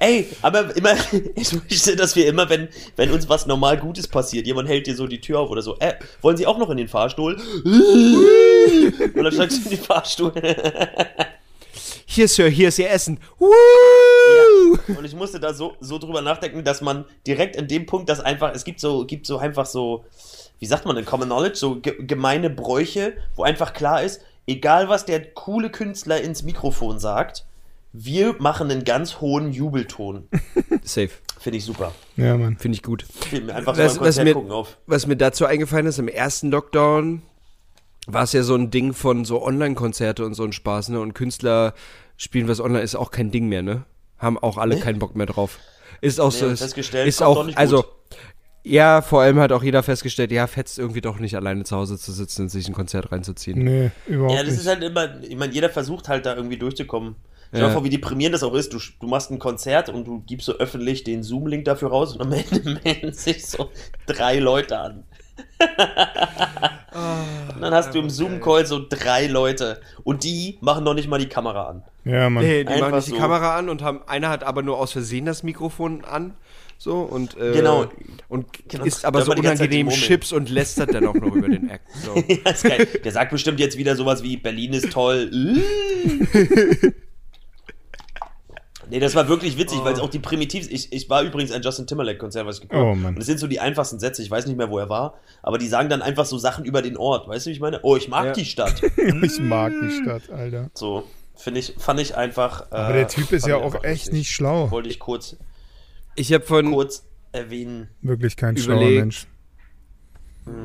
S5: Ey, aber immer, ich möchte, dass wir immer, wenn, wenn uns was normal Gutes passiert, jemand hält dir so die Tür auf oder so, äh, wollen Sie auch noch in den Fahrstuhl? Und dann steigst du in den Fahrstuhl.
S4: hier, Sir, hier ist Ihr Essen. Uh,
S5: Und ich musste da so, so drüber nachdenken, dass man direkt in dem Punkt, dass einfach, es gibt so, gibt so einfach so, wie sagt man denn, Common Knowledge, so ge gemeine Bräuche, wo einfach klar ist, egal was der coole Künstler ins Mikrofon sagt, wir machen einen ganz hohen Jubelton.
S4: Safe.
S5: Finde ich super.
S3: Ja, Mann.
S4: Finde ich gut.
S5: Fiel mir einfach so beim
S4: Was, was,
S5: Konzert
S4: mir,
S5: gucken auf.
S4: was mir dazu eingefallen ist, im ersten Lockdown war es ja so ein Ding von so Online-Konzerte und so ein Spaß, ne? Und Künstler spielen was online ist auch kein Ding mehr, ne? Haben auch alle keinen Bock mehr drauf. Ist auch so.
S5: hab ich
S4: Ist,
S5: festgestellt,
S4: ist
S5: kommt
S4: auch,
S5: doch nicht gut.
S4: also, ja, vor allem hat auch jeder festgestellt, ja, fetzt irgendwie doch nicht alleine zu Hause zu sitzen und sich ein Konzert reinzuziehen.
S3: Nee, überhaupt
S5: Ja, das
S3: nicht.
S5: ist halt immer, ich meine, jeder versucht halt da irgendwie durchzukommen. Stell dir
S4: Ja.
S5: mal vor, wie deprimierend das auch ist. Du, du machst ein Konzert und du gibst so öffentlich den Zoom-Link dafür raus und am Ende melden sich so drei Leute an.
S3: Ah,
S5: und dann hast du im Zoom-Call so drei Leute und die machen noch nicht mal die Kamera an.
S3: ja, Mann.
S4: Nee, die
S5: Einfach
S4: machen nicht die
S5: so.
S4: Kamera an und haben, einer hat aber nur aus Versehen das Mikrofon an. So und, äh,
S5: Genau.
S4: und
S5: Genau.
S4: ist aber
S5: Da
S4: so
S5: hat man die ganze Zeit die
S4: unangenehm
S5: Murmeln.
S4: Chips und lästert dann auch noch über den Act. So.
S5: Ja, ist geil. Der sagt bestimmt jetzt wieder sowas wie Berlin ist toll. nee, das war wirklich witzig, weil es auch die primitivsten. Ich, ich war übrigens ein Justin Timberlake-Konzert, was ich geguckt
S3: Oh,
S5: habe.
S3: Mann.
S5: Und es sind so die einfachsten Sätze, ich weiß nicht mehr, wo er war, aber die sagen dann einfach so Sachen über den Ort. Weißt du, wie ich meine? Oh, ich mag
S4: Ja.
S5: die Stadt.
S3: Ich mag die Stadt, Alter.
S5: So, finde ich, fand ich einfach. äh,
S3: Aber der Typ ist ja auch echt nicht schlau.
S5: Wollte ich kurz,
S4: Ich habe von,
S5: kurz erwähnen.
S3: Wirklich kein schlauer
S4: überlegt.
S3: Mensch.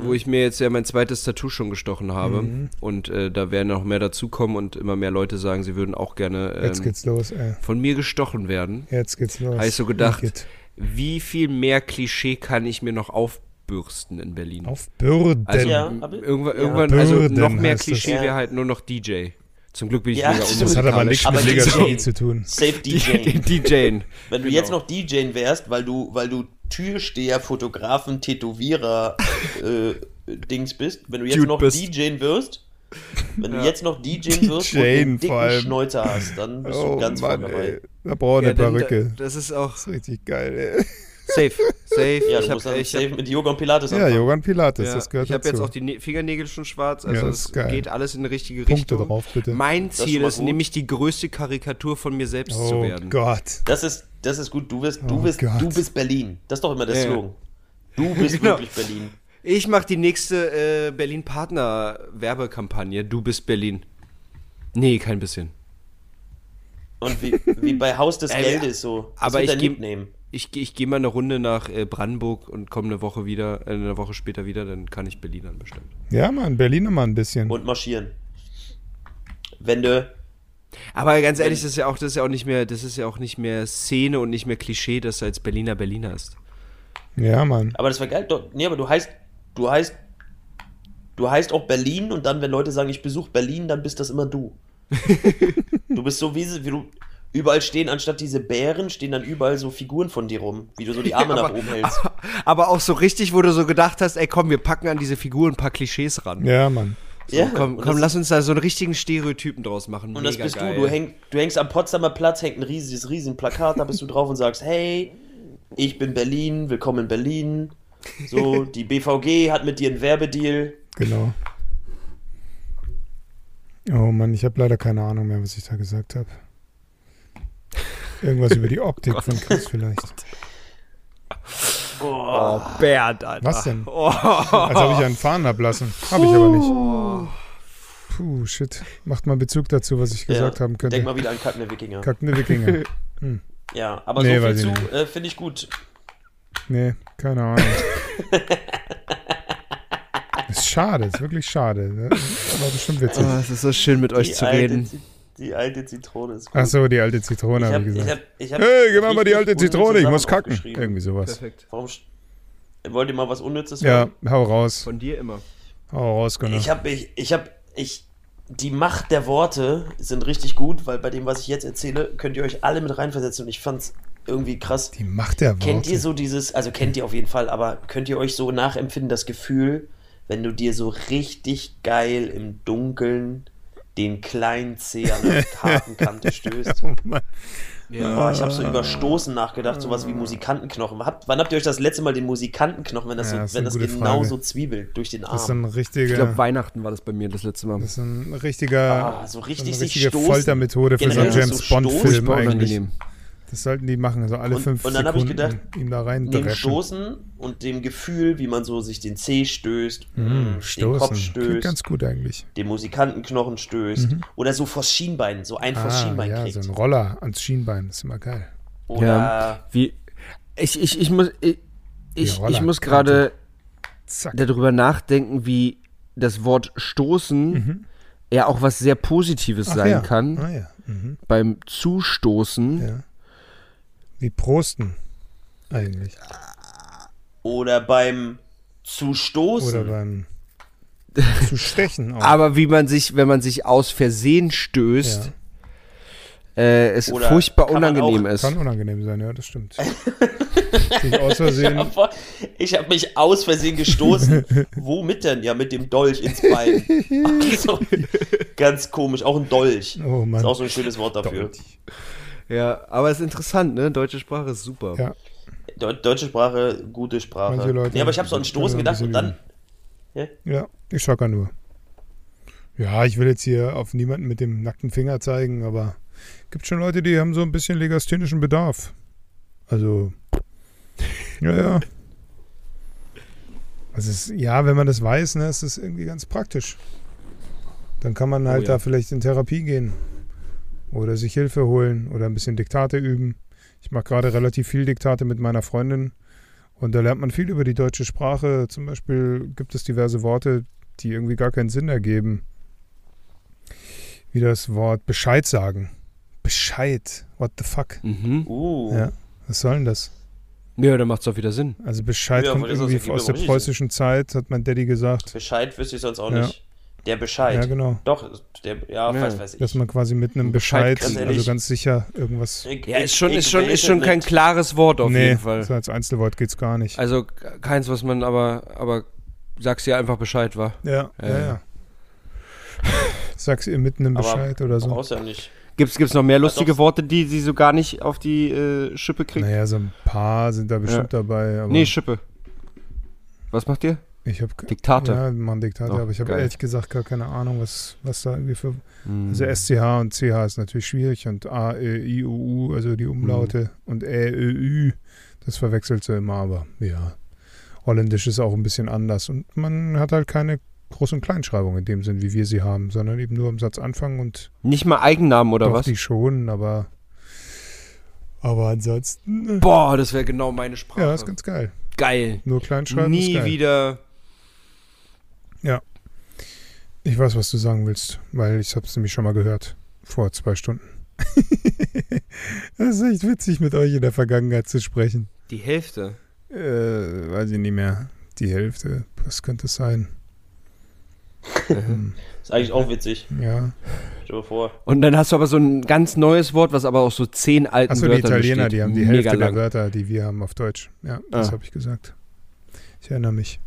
S4: wo ich mir jetzt ja mein zweites Tattoo schon gestochen habe
S3: Mhm.
S4: und äh, da werden noch mehr dazukommen und immer mehr Leute sagen, sie würden auch gerne
S3: Jetzt
S4: ähm,
S3: geht's los, ey.
S4: von mir gestochen werden.
S3: Jetzt geht's los.
S4: Habe ich so gedacht,
S3: Igitt.
S4: wie viel mehr Klischee kann ich mir noch aufbürsten in Berlin?
S3: Auf Bürden.
S4: Also
S5: Ja,
S4: m-
S5: aber-
S4: irgendwann,
S5: ja.
S4: irgendwann also
S3: Bürden
S4: noch mehr
S3: heißt
S4: Klischee
S5: das.
S4: wäre halt nur noch DJ. Zum Glück bin ich
S5: Ja,
S4: mega
S5: das
S3: das hat aber
S4: unmusikalisch.
S3: nichts mit
S5: Aber die-
S3: Legasthenie zu tun.
S5: Safe
S4: Die-
S5: DJ.
S4: DJen.
S5: Wenn du jetzt
S4: Genau.
S5: noch DJ wärst, weil du, weil du Türsteher, Fotografen, Tätowierer äh, Dings bist, wenn du jetzt
S4: Dude
S5: noch
S4: bist.
S5: DJ wirst, wenn du jetzt noch DJ wirst und
S3: DJen
S5: einen
S3: vor
S5: dicken
S3: allem.
S5: Schnäuzer hast, dann bist du
S3: Oh
S5: ganz
S3: Mann,
S5: vorne dabei.
S3: ey. Da braucht er
S4: Ja,
S3: eine
S4: denn
S3: Perücke.
S4: da- Das ist auch
S3: Das ist richtig geil, ey.
S4: safe. Safe. ich
S5: Ja, du
S4: habe
S5: musst dann
S4: ich
S5: safe
S4: hab,
S5: mit Yoga und Pilates
S3: Ja,
S5: anfangen.
S3: Johann Pilates,
S4: ja,
S3: also das gehört
S4: ich hab
S3: dazu.
S4: jetzt auch die Nä- Fingernägel schon schwarz, also
S3: Ja, das
S4: es
S3: ist geil.
S4: geht alles in die richtige
S3: Punkte
S4: Richtung.
S3: drauf, bitte.
S4: Mein
S5: ist
S4: Ziel
S5: schon mal
S4: ist
S5: gut.
S4: nämlich die größte Karikatur von mir selbst zu
S3: oh
S4: werden.
S3: Gott.
S5: Das ist, das ist gut, du wirst,
S3: Oh
S5: du bist,
S3: Gott.
S5: du bist Berlin. Das ist doch immer der
S4: Ja.
S5: Slogan. Du bist
S4: Genau.
S5: wirklich Berlin.
S4: Ich mache die nächste äh, Berlin Partner Werbekampagne. Du bist Berlin. Nee, kein bisschen.
S5: Und wie, wie bei Haus des
S4: Ey,
S5: Geldes so. Das
S4: aber
S5: wird
S4: ich
S5: er
S4: geb-
S5: mitnehmen.
S4: Ich, geh- ich gehe mal eine Runde nach äh, Brandenburg und komme eine Woche wieder, äh, eine Woche später wieder, dann kann ich Berlin dann bestimmt.
S3: Ja, Mann, Berlin nochmal ein bisschen.
S5: Und marschieren. Wenn du
S4: Aber ganz ehrlich, das ist ja auch, das ist ja auch nicht mehr, das ist ja auch nicht mehr Szene und nicht mehr Klischee, dass du als Berliner Berliner ist.
S3: Ja, Mann.
S5: Aber das war geil. Doch, nee, aber du heißt, du heißt, du heißt auch Berlin und dann, wenn Leute sagen, ich besuche Berlin, dann bist das immer du. du bist so wie, sie- wie du. Überall stehen, anstatt diese Bären, stehen dann überall so Figuren von dir rum, wie du so die Arme nach oben hältst.
S4: aber, aber auch so richtig, wo du so gedacht hast, ey komm, wir packen an diese Figuren ein paar Klischees ran.
S3: Ja, Mann.
S5: ja,
S4: Komm,
S5: und
S4: komm
S5: das,
S4: lass uns da so einen richtigen Stereotypen draus machen.
S5: Und das
S4: Mega
S5: bist
S4: geil.
S5: du. Du, häng, du hängst am Potsdamer Platz, hängt ein riesiges, riesen Plakat, da bist du drauf und sagst, hey, ich bin Berlin, willkommen in Berlin. So, die BVG hat mit dir einen Werbedeal.
S3: Genau. Oh Mann, ich habe leider keine Ahnung mehr, was ich da gesagt habe. Irgendwas über die Optik von Chris vielleicht.
S4: Oh, Bernd, Alter.
S3: Was denn?
S4: Oh,
S3: Als ob ich einen fahren ablassen. Habe ich aber nicht.
S5: Oh.
S3: Puh, shit. Macht mal Bezug dazu, was ich gesagt haben
S5: Denk
S3: könnte.
S5: mal wieder an Kackende Wikinger.
S3: Kackende Wikinger.
S5: Ja, aber
S3: Nee,
S5: so viel
S3: weiß ich
S5: zu
S3: nicht.
S5: äh, finde ich gut.
S3: Nee, keine Ahnung. ist schade, ist wirklich schade. Ne? Aber bestimmt witzig.
S5: Ah.
S4: Ah, es ist so schön mit euch zu reden.
S5: Zi- die alte Zitrone ist gut.
S3: Achso, die alte Zitrone
S5: ich
S3: habe
S5: hab,
S3: ich
S5: ich hab,
S3: gesagt.
S5: ich hab
S3: Hey, gib mir mal die
S5: richtig
S3: alte
S5: unnütze
S3: Zitrone, ich
S5: Sachen
S3: muss kacken.
S5: aufgeschrieben.
S3: Irgendwie sowas.
S4: Perfekt.
S5: Warum sch- wollt ihr mal was Unnützes
S3: Ja,
S5: hören?
S3: hau raus.
S4: Von dir immer.
S3: Hau raus, Gunnar.
S5: Ich hab, ich, ich hab, ich, die Macht der Worte sind richtig gut, weil bei dem, was ich jetzt erzähle, könnt ihr euch alle mit reinversetzen und ich fand's irgendwie krass.
S3: Die Macht der Worte.
S5: Kennt ihr so dieses, also kennt ihr auf jeden Fall, aber könnt ihr euch so nachempfinden, das Gefühl, wenn du dir so richtig geil im Dunkeln den kleinen Zeh an der Kartenkante stößt?
S3: Oh Mann.
S5: Boah, ich habe so über Stoßen nachgedacht, sowas wie Musikantenknochen. Habt, wann habt ihr euch das letzte Mal den Musikantenknochen, wenn das,
S3: Ja, ist
S5: so, wenn
S3: eine
S5: das
S3: gute
S5: genau
S3: Frage.
S5: so zwiebelt durch den Arm?
S3: Das ist ein richtiger,
S4: Ich glaube, Weihnachten war das bei mir das letzte Mal.
S3: das ist ein richtiger,
S5: Ah,
S3: so
S5: so
S3: eine
S5: richtig sich
S3: richtige
S5: stoßen.
S3: Foltermethode für so einen
S5: Generell
S3: James
S5: so
S3: Bond
S5: stoßen.
S3: Film
S4: Furchtbar
S3: eigentlich.
S4: unangenehm.
S3: Das sollten die machen, so alle
S5: Und-
S3: fünf
S5: und dann hab ich
S3: Sekunden
S5: gedacht,
S3: ihm da rein
S5: dem
S3: dreschen.
S5: Stoßen und dem Gefühl, wie man so sich den Zeh stößt,
S3: Hm,
S5: den Kopf
S3: Stoßen. Klingt
S5: stößt,
S3: ganz gut eigentlich.
S5: den Musikantenknochen stößt oder so vors Schienbein, so ein vors
S3: Ah,
S5: Schienbein
S3: ja, so
S5: kriegt.
S3: ein Roller ans Schienbein, ist immer geil.
S5: oder
S4: Ja. Wie, ich, ich, ich muss, ich, ich,
S3: Ja,
S4: ich
S3: Roller.
S4: muss gerade
S3: Zack.
S4: darüber nachdenken, wie das Wort stoßen ja auch was sehr Positives
S3: Mhm. Ach
S4: sein
S3: ja.
S4: kann.
S3: Ah, ja. Mhm.
S4: Beim Zustoßen.
S3: Ja. Wie Prosten eigentlich.
S5: oder beim
S3: Oder
S5: Zustoßen.
S3: beim zu stechen auch.
S4: Aber wie man sich, wenn man sich aus Versehen stößt, äh, es
S5: Oder
S4: furchtbar
S5: kann man
S4: unangenehm
S5: auch-
S4: ist.
S3: Kann unangenehm sein, ja, das stimmt. Sich aus Versehen.
S5: Aber ich habe mich aus Versehen gestoßen. Womit denn? Ja, mit dem Dolch ins Bein. Also, ganz komisch. Auch ein Dolch.
S3: Oh Mann.
S5: Ist auch so ein schönes Wort dafür.
S4: Ja, aber es ist interessant, ne? Deutsche Sprache ist super.
S3: Ja.
S5: Deu- Deutsche Sprache, gute Sprache.
S3: Manche Leute-
S5: nee, aber ich habe so an Stoßen
S3: können so ein
S5: gedacht und
S3: bisschen
S5: dann.
S3: Ja, ich schocker nur. Ja, ich will jetzt hier auf niemanden mit dem nackten Finger zeigen, aber gibt schon Leute, die haben so ein bisschen legasthenischen Bedarf. Also, ja, ja. Also es, ist- ja, wenn man das weiß, ne, ist es irgendwie ganz praktisch. Dann kann man halt
S4: ja.
S3: da vielleicht in Therapie gehen oder sich Hilfe holen oder ein bisschen Diktate üben. Ich mache gerade relativ viel Diktate mit meiner Freundin und da lernt man viel über die deutsche Sprache. Zum Beispiel gibt es diverse Worte, die irgendwie gar keinen Sinn ergeben. Wie das Wort Bescheid sagen. Bescheid. What the fuck?
S4: Mhm.
S5: Uh.
S3: Ja. Was soll denn das?
S4: Ja, dann macht's auch wieder Sinn.
S3: Also Bescheid
S5: Ja,
S3: kommt
S5: weil das aus-
S3: irgendwie
S5: ergibt
S3: aus der
S5: aber richtig
S3: preußischen Zeit, hat mein Daddy gesagt.
S5: Bescheid wüsste ich sonst auch
S3: Ja.
S5: nicht. Der Bescheid.
S3: Ja, genau.
S5: Doch, der, ja,
S4: Ja.
S5: weiß, weiß ich.
S3: Dass man quasi mit einem
S4: Bescheid
S3: Bescheid,
S4: kriegt.
S5: Ganz
S3: also
S5: ehrlich.
S3: ganz sicher irgendwas.
S5: Ich-
S4: Ja, ist
S5: ich-
S4: schon,
S5: ich
S4: ist schon, ist
S5: rate
S4: schon kein
S5: mit-
S4: klares Wort auf jeden Fall.
S3: so als Einzelwort geht's gar nicht.
S4: Also k- keins, was man aber, aber sagst ja einfach Bescheid, war.
S3: Ja, ja,
S4: Ja,
S3: ja.
S4: ja.
S3: Sag's ihr mitten im
S5: Aber
S3: Bescheid oder so.
S5: Brauchst ja nicht.
S4: Gibt's, gibt's noch mehr lustige
S5: doch.
S4: Worte, die sie so gar nicht auf die äh, Schippe kriegt?
S3: Naja, so ein paar sind da bestimmt dabei. Aber
S4: nee, Schippe. Was macht ihr?
S3: ich habe
S4: Diktate.
S3: Ja, man Diktate,
S4: Oh,
S3: aber ich habe
S4: geil.
S3: ehrlich gesagt gar keine Ahnung, was, was da irgendwie für.
S4: Mhm.
S3: Also SCH und CH ist natürlich schwierig und A, E, I, U, U, also die Umlaute
S4: Mhm.
S3: und Ä, Ö, Ü, das verwechselt sie immer, aber ja. Holländisch ist auch ein bisschen anders und man hat halt keine Groß- und Kleinschreibung in dem Sinn, wie wir sie haben, sondern eben nur am Satzanfang und
S4: Nicht mal Eigennamen oder
S3: Doch,
S4: was?
S3: die schon, aber. Aber ansonsten. äh,
S4: Boah, das wäre genau meine Sprache.
S3: Ja, ist ganz geil.
S4: geil.
S3: Nur kleinschreiben ist
S4: Nie
S3: geil.
S4: wieder.
S3: Ich weiß, was du sagen willst, weil ich hab's nämlich schon mal gehört. Vor zwei Stunden. das ist echt witzig, mit euch in der Vergangenheit zu sprechen.
S4: Die Hälfte.
S3: Äh, weiß ich nicht mehr. Die Hälfte. Was könnte es sein? Hm,
S5: Ist eigentlich auch witzig.
S3: ja.
S5: Stell dir mal vor.
S4: Und dann hast du aber so ein ganz neues Wort, was aber auch so zehn alten
S3: Achso, die
S4: Wörtern
S3: Italiener,
S4: besteht.
S3: die haben die
S4: Mega
S3: Hälfte der
S4: lang.
S3: Wörter, die wir haben auf Deutsch. Ja, das
S4: Ah.
S3: habe ich gesagt. Ich erinnere mich.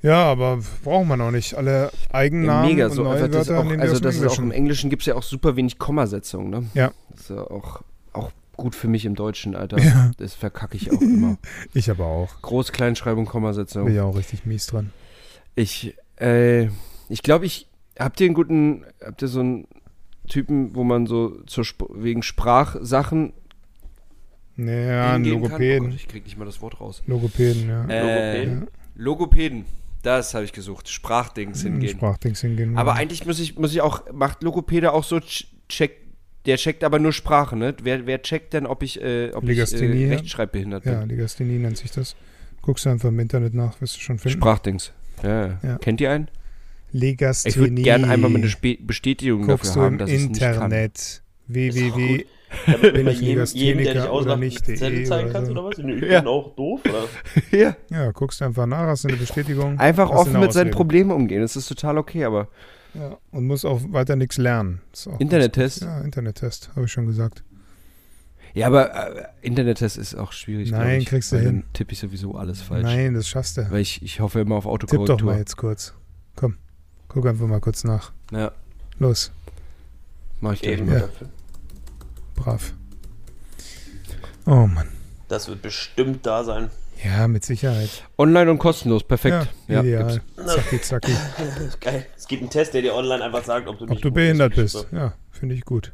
S3: Ja, aber braucht man auch nicht.
S4: Ja,
S3: Alle Eigennamen
S4: mega
S3: und
S4: so.
S3: neue
S4: Einfach das
S3: Wörter
S4: auch,
S3: nehmen wir
S4: also
S3: aus dem
S4: das ist auch im
S3: Englischen.
S4: Englischen gibt es ja auch super wenig Kommasetzungen, ne?
S3: Ja.
S4: Das ist ja auch, auch gut für mich im Deutschen, Alter.
S3: Ja.
S4: Das verkacke ich auch immer.
S3: Ich aber auch.
S4: Groß, Kleinschreibung,
S3: Bin
S4: Kommasetzung.
S3: ja auch richtig mies dran.
S4: Ich, äh, ich glaube, ich. Habt ihr einen guten, habt ihr so einen Typen, wo man so zur Sp wegen Sprachsachen
S3: Naja, ein
S4: hingehen Kann? Oh
S3: Logopäden.
S4: Gott, ich krieg nicht mal das Wort raus.
S3: Logopäden, ja. Hm,
S4: Äh, Logopäden. Das habe ich gesucht. Sprachdings
S3: Ein
S4: hingehen.
S3: Sprachdings hingehen.
S4: Aber eigentlich muss ich, muss ich auch, macht Logopäde auch so ch- check, der checkt aber nur Sprache, ne? Wer, wer checkt denn, ob ich, äh, ob ich
S3: Legasthenie,
S4: äh,
S3: ja.
S4: rechtschreibbehindert
S3: Ja,
S4: bin?
S3: Legasthenie nennt sich das. Guckst du einfach im Internet nach, wirst du schon finden.
S4: Sprachdings. Ja, ja.
S3: Ja.
S4: Kennt ihr einen?
S3: Legasthenie.
S4: Ich würde gerne einmal mit einer Spe- Bestätigung
S3: Guckst
S4: dafür
S3: du
S4: haben,
S3: im
S4: dass ich es nicht kann.
S3: Internet. www.
S5: Damit
S3: Bin
S5: du bei
S3: ich
S5: jedem, jedem, der dich
S3: Legastheniker oder
S5: auslacht,
S3: nicht? also.
S5: einen Zettel
S3: DE
S5: zeigen
S3: oder
S5: kannst
S3: so.
S5: oder was? Nee, Ich
S4: Ja.
S5: bin auch doof, oder?
S4: Ja.
S3: Ja, guckst du einfach nach, hast du eine Bestätigung.
S4: Einfach
S3: hast du genau
S4: offen
S3: eine
S4: mit seinen
S3: Ausrede.
S4: Problemen umgehen. Das ist total okay, aber
S3: Ja. Und muss auch weiter nichts lernen. Ist auch
S4: Internettest?
S3: Ja, Internettest, habe ich schon gesagt.
S4: Ja, aber äh, Internettest ist auch schwierig. glaub
S3: Nein,
S4: ich,
S3: kriegst du
S4: weil
S3: hin.
S4: Dann tippe ich sowieso alles falsch.
S3: Nein, das schaffst du.
S4: Weil ich, ich hoffe immer auf
S3: Tipp doch mal
S4: Autokorrektur.
S3: jetzt kurz. Komm, guck einfach mal kurz nach.
S4: Ja,
S3: Los,
S4: mach ich gleich
S5: Eben.
S4: mal.
S3: Ja. brav. Oh Mann.
S5: Das wird bestimmt da sein.
S3: Ja, mit Sicherheit.
S4: Online und kostenlos, perfekt.
S3: Ja, ideal.
S4: gibt's.
S3: zacki, zacki.
S5: Geil. Es gibt einen Test, der dir online einfach sagt, ob du,
S3: Ob
S5: nicht
S3: du
S5: gut
S3: behindert
S5: So.
S3: bist. Ja, finde ich gut.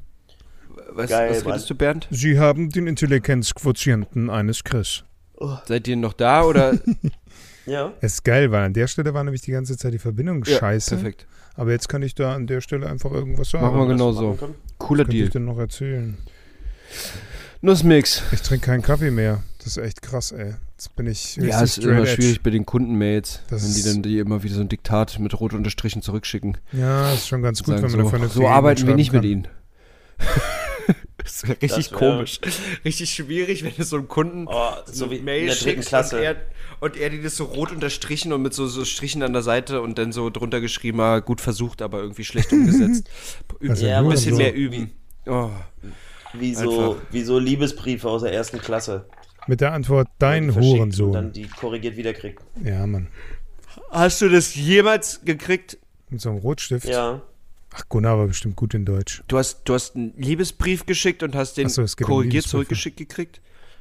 S4: Was,
S5: Geil,
S4: was
S5: Mann.
S4: redest du, Bernd?
S3: Sie haben den Intelligenzquotienten eines Chris.
S4: Seid ihr noch da oder?
S5: Ja.
S3: Das ist geil, weil an der Stelle war nämlich die ganze Zeit die Verbindung
S4: Ja,
S3: scheiße.
S4: Perfekt.
S3: Aber jetzt kann ich da an der Stelle einfach irgendwas sagen.
S4: Machen wir
S3: Was
S4: genau
S5: das machen
S4: so.
S5: können.
S4: Cooler
S3: Könnte ich
S4: Deal.
S3: denn noch erzählen?
S4: Nussmix.
S3: Ich trinke keinen Kaffee mehr. Das ist echt krass, ey. Jetzt bin ich
S4: Ja,
S3: richtig
S4: es ist immer
S3: straight edge.
S4: schwierig bei den Kundenmails,
S3: Das
S4: wenn die
S3: ist-
S4: dann die immer wieder so ein Diktat mit rot unterstrichen zurückschicken.
S3: Ja, ist schon ganz gut,
S4: Sagen
S3: wenn man
S4: so,
S3: da vernünftig
S4: so arbeiten wir
S3: schreiben
S4: nicht
S3: kann.
S4: mit ihnen. das ist richtig
S5: Das wär-
S4: komisch. Richtig schwierig, wenn du so einem Kunden
S5: Oh, so wie in der dritten
S4: schickst
S5: Klasse.
S4: Und er, und er dir das so rot unterstrichen und mit so, so Strichen an der Seite und dann so drunter geschrieben, ah, gut versucht, aber irgendwie schlecht umgesetzt. Üb,
S3: Was ist denn
S4: ein
S3: los?
S4: bisschen
S3: So.
S4: mehr üben. Oh.
S5: Wie so,
S4: Einfach.
S5: wie so Liebesbriefe aus der ersten Klasse.
S3: Mit der Antwort,
S5: Die
S3: dein
S5: verschickt Und
S3: Hurensohn.
S5: dann die korrigiert wiederkriegt.
S3: Ja, Mann.
S4: Hast du das jemals gekriegt?
S3: Mit so einem Rotstift.
S5: Ja.
S3: Ach, Gunnar war bestimmt gut in Deutsch.
S4: Du hast, du hast einen Liebesbrief geschickt und hast den
S3: Ach so, es gibt
S4: korrigiert
S3: Liebesbriefe.
S4: zurückgeschickt gekriegt?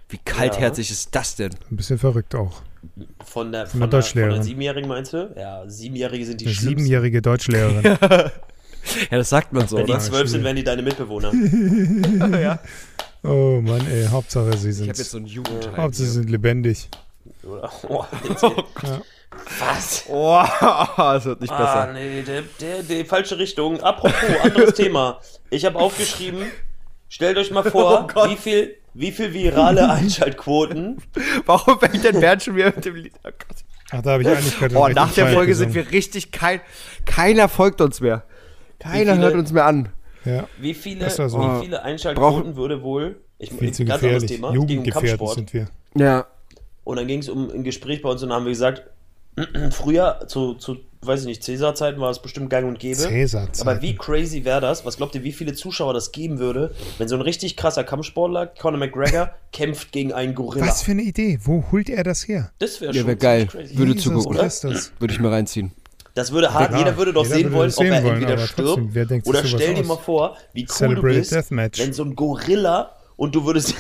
S4: Wie kaltherzig ist das denn?
S3: Ein bisschen verrückt auch.
S5: Von der,
S3: der
S5: von der, von
S3: Deutschlehrerin.
S5: der Siebenjährigen meinst du? Ja, Siebenjährige sind die
S3: Eine
S5: schlimmsten.
S3: siebenjährige Deutschlehrerin.
S4: Ja, das sagt man so,
S5: Wenn die
S4: oder?
S3: Ja,
S5: zwölf
S3: stimmt.
S5: sind, werden die deine Mitbewohner.
S3: Oh Mann, ey. Hauptsache, sie
S4: Ich
S3: sind,
S4: habe jetzt so einen Jugendteil.
S3: Hauptsache, sie sind lebendig.
S5: Oder? Oh, jetzt-
S3: Ja.
S5: Was?
S4: Oh, es wird nicht
S5: Ah, nee, der, der, die falsche Richtung. Apropos, anderes Thema. Ich habe aufgeschrieben, stellt euch mal vor,
S3: Oh
S5: wie viel, wie viel virale Einschaltquoten.
S4: Warum fängt denn Bernd schon wieder mit dem Lied an?
S3: Ach, da habe ich eigentlich gerade
S4: Oh,
S3: richtig
S4: nach der
S3: falsch
S4: Folge sind
S3: gesungen.
S4: wir richtig kein. Keiner folgt uns mehr. Keiner
S5: Wie viele-
S4: hört uns mehr an.
S3: Ja.
S5: Wie viele,
S3: Das war so.
S5: wie viele Einschaltquoten
S4: Brauchen-
S5: würde wohl. Ich,
S3: Viel zu
S5: ganz anderes
S3: gefährlich.
S5: Thema. es ging um
S3: Jugendgefährdet
S5: Kampfsport.
S3: sind wir.
S4: Ja.
S5: Und dann ging es um ein Gespräch bei uns und dann haben wir gesagt, früher, zu, zu weiß ich nicht, Cäsar-Zeiten war es bestimmt gang und gäbe.
S3: Cäsar.
S5: Aber wie crazy wäre das? Was glaubt ihr, wie viele Zuschauer das geben würde, wenn so ein richtig krasser Kampfsportler, Conor McGregor, kämpft gegen einen Gorilla?
S3: Was für eine Idee. Wo holt er das her?
S5: Das wäre
S4: Ja,
S5: schon
S4: wäre geil.
S5: ziemlich crazy.
S4: Würde
S3: Jesus
S4: zugucken.
S3: Christus.
S4: Würde ich mir reinziehen.
S5: Das würde hart,
S3: Ja,
S5: jeder würde doch
S3: jeder
S5: sehen
S3: würde
S5: wollen,
S3: das
S5: ob
S3: sehen
S5: er
S3: wollen,
S5: entweder
S3: aber
S5: stirbt
S3: trotzdem, wer denkt sich
S5: oder
S3: sowas
S5: stell dir
S3: aus?
S5: mal vor, wie cool
S3: Celebrated
S5: du bist,
S3: Deathmatch.
S5: wenn so ein Gorilla und du würdest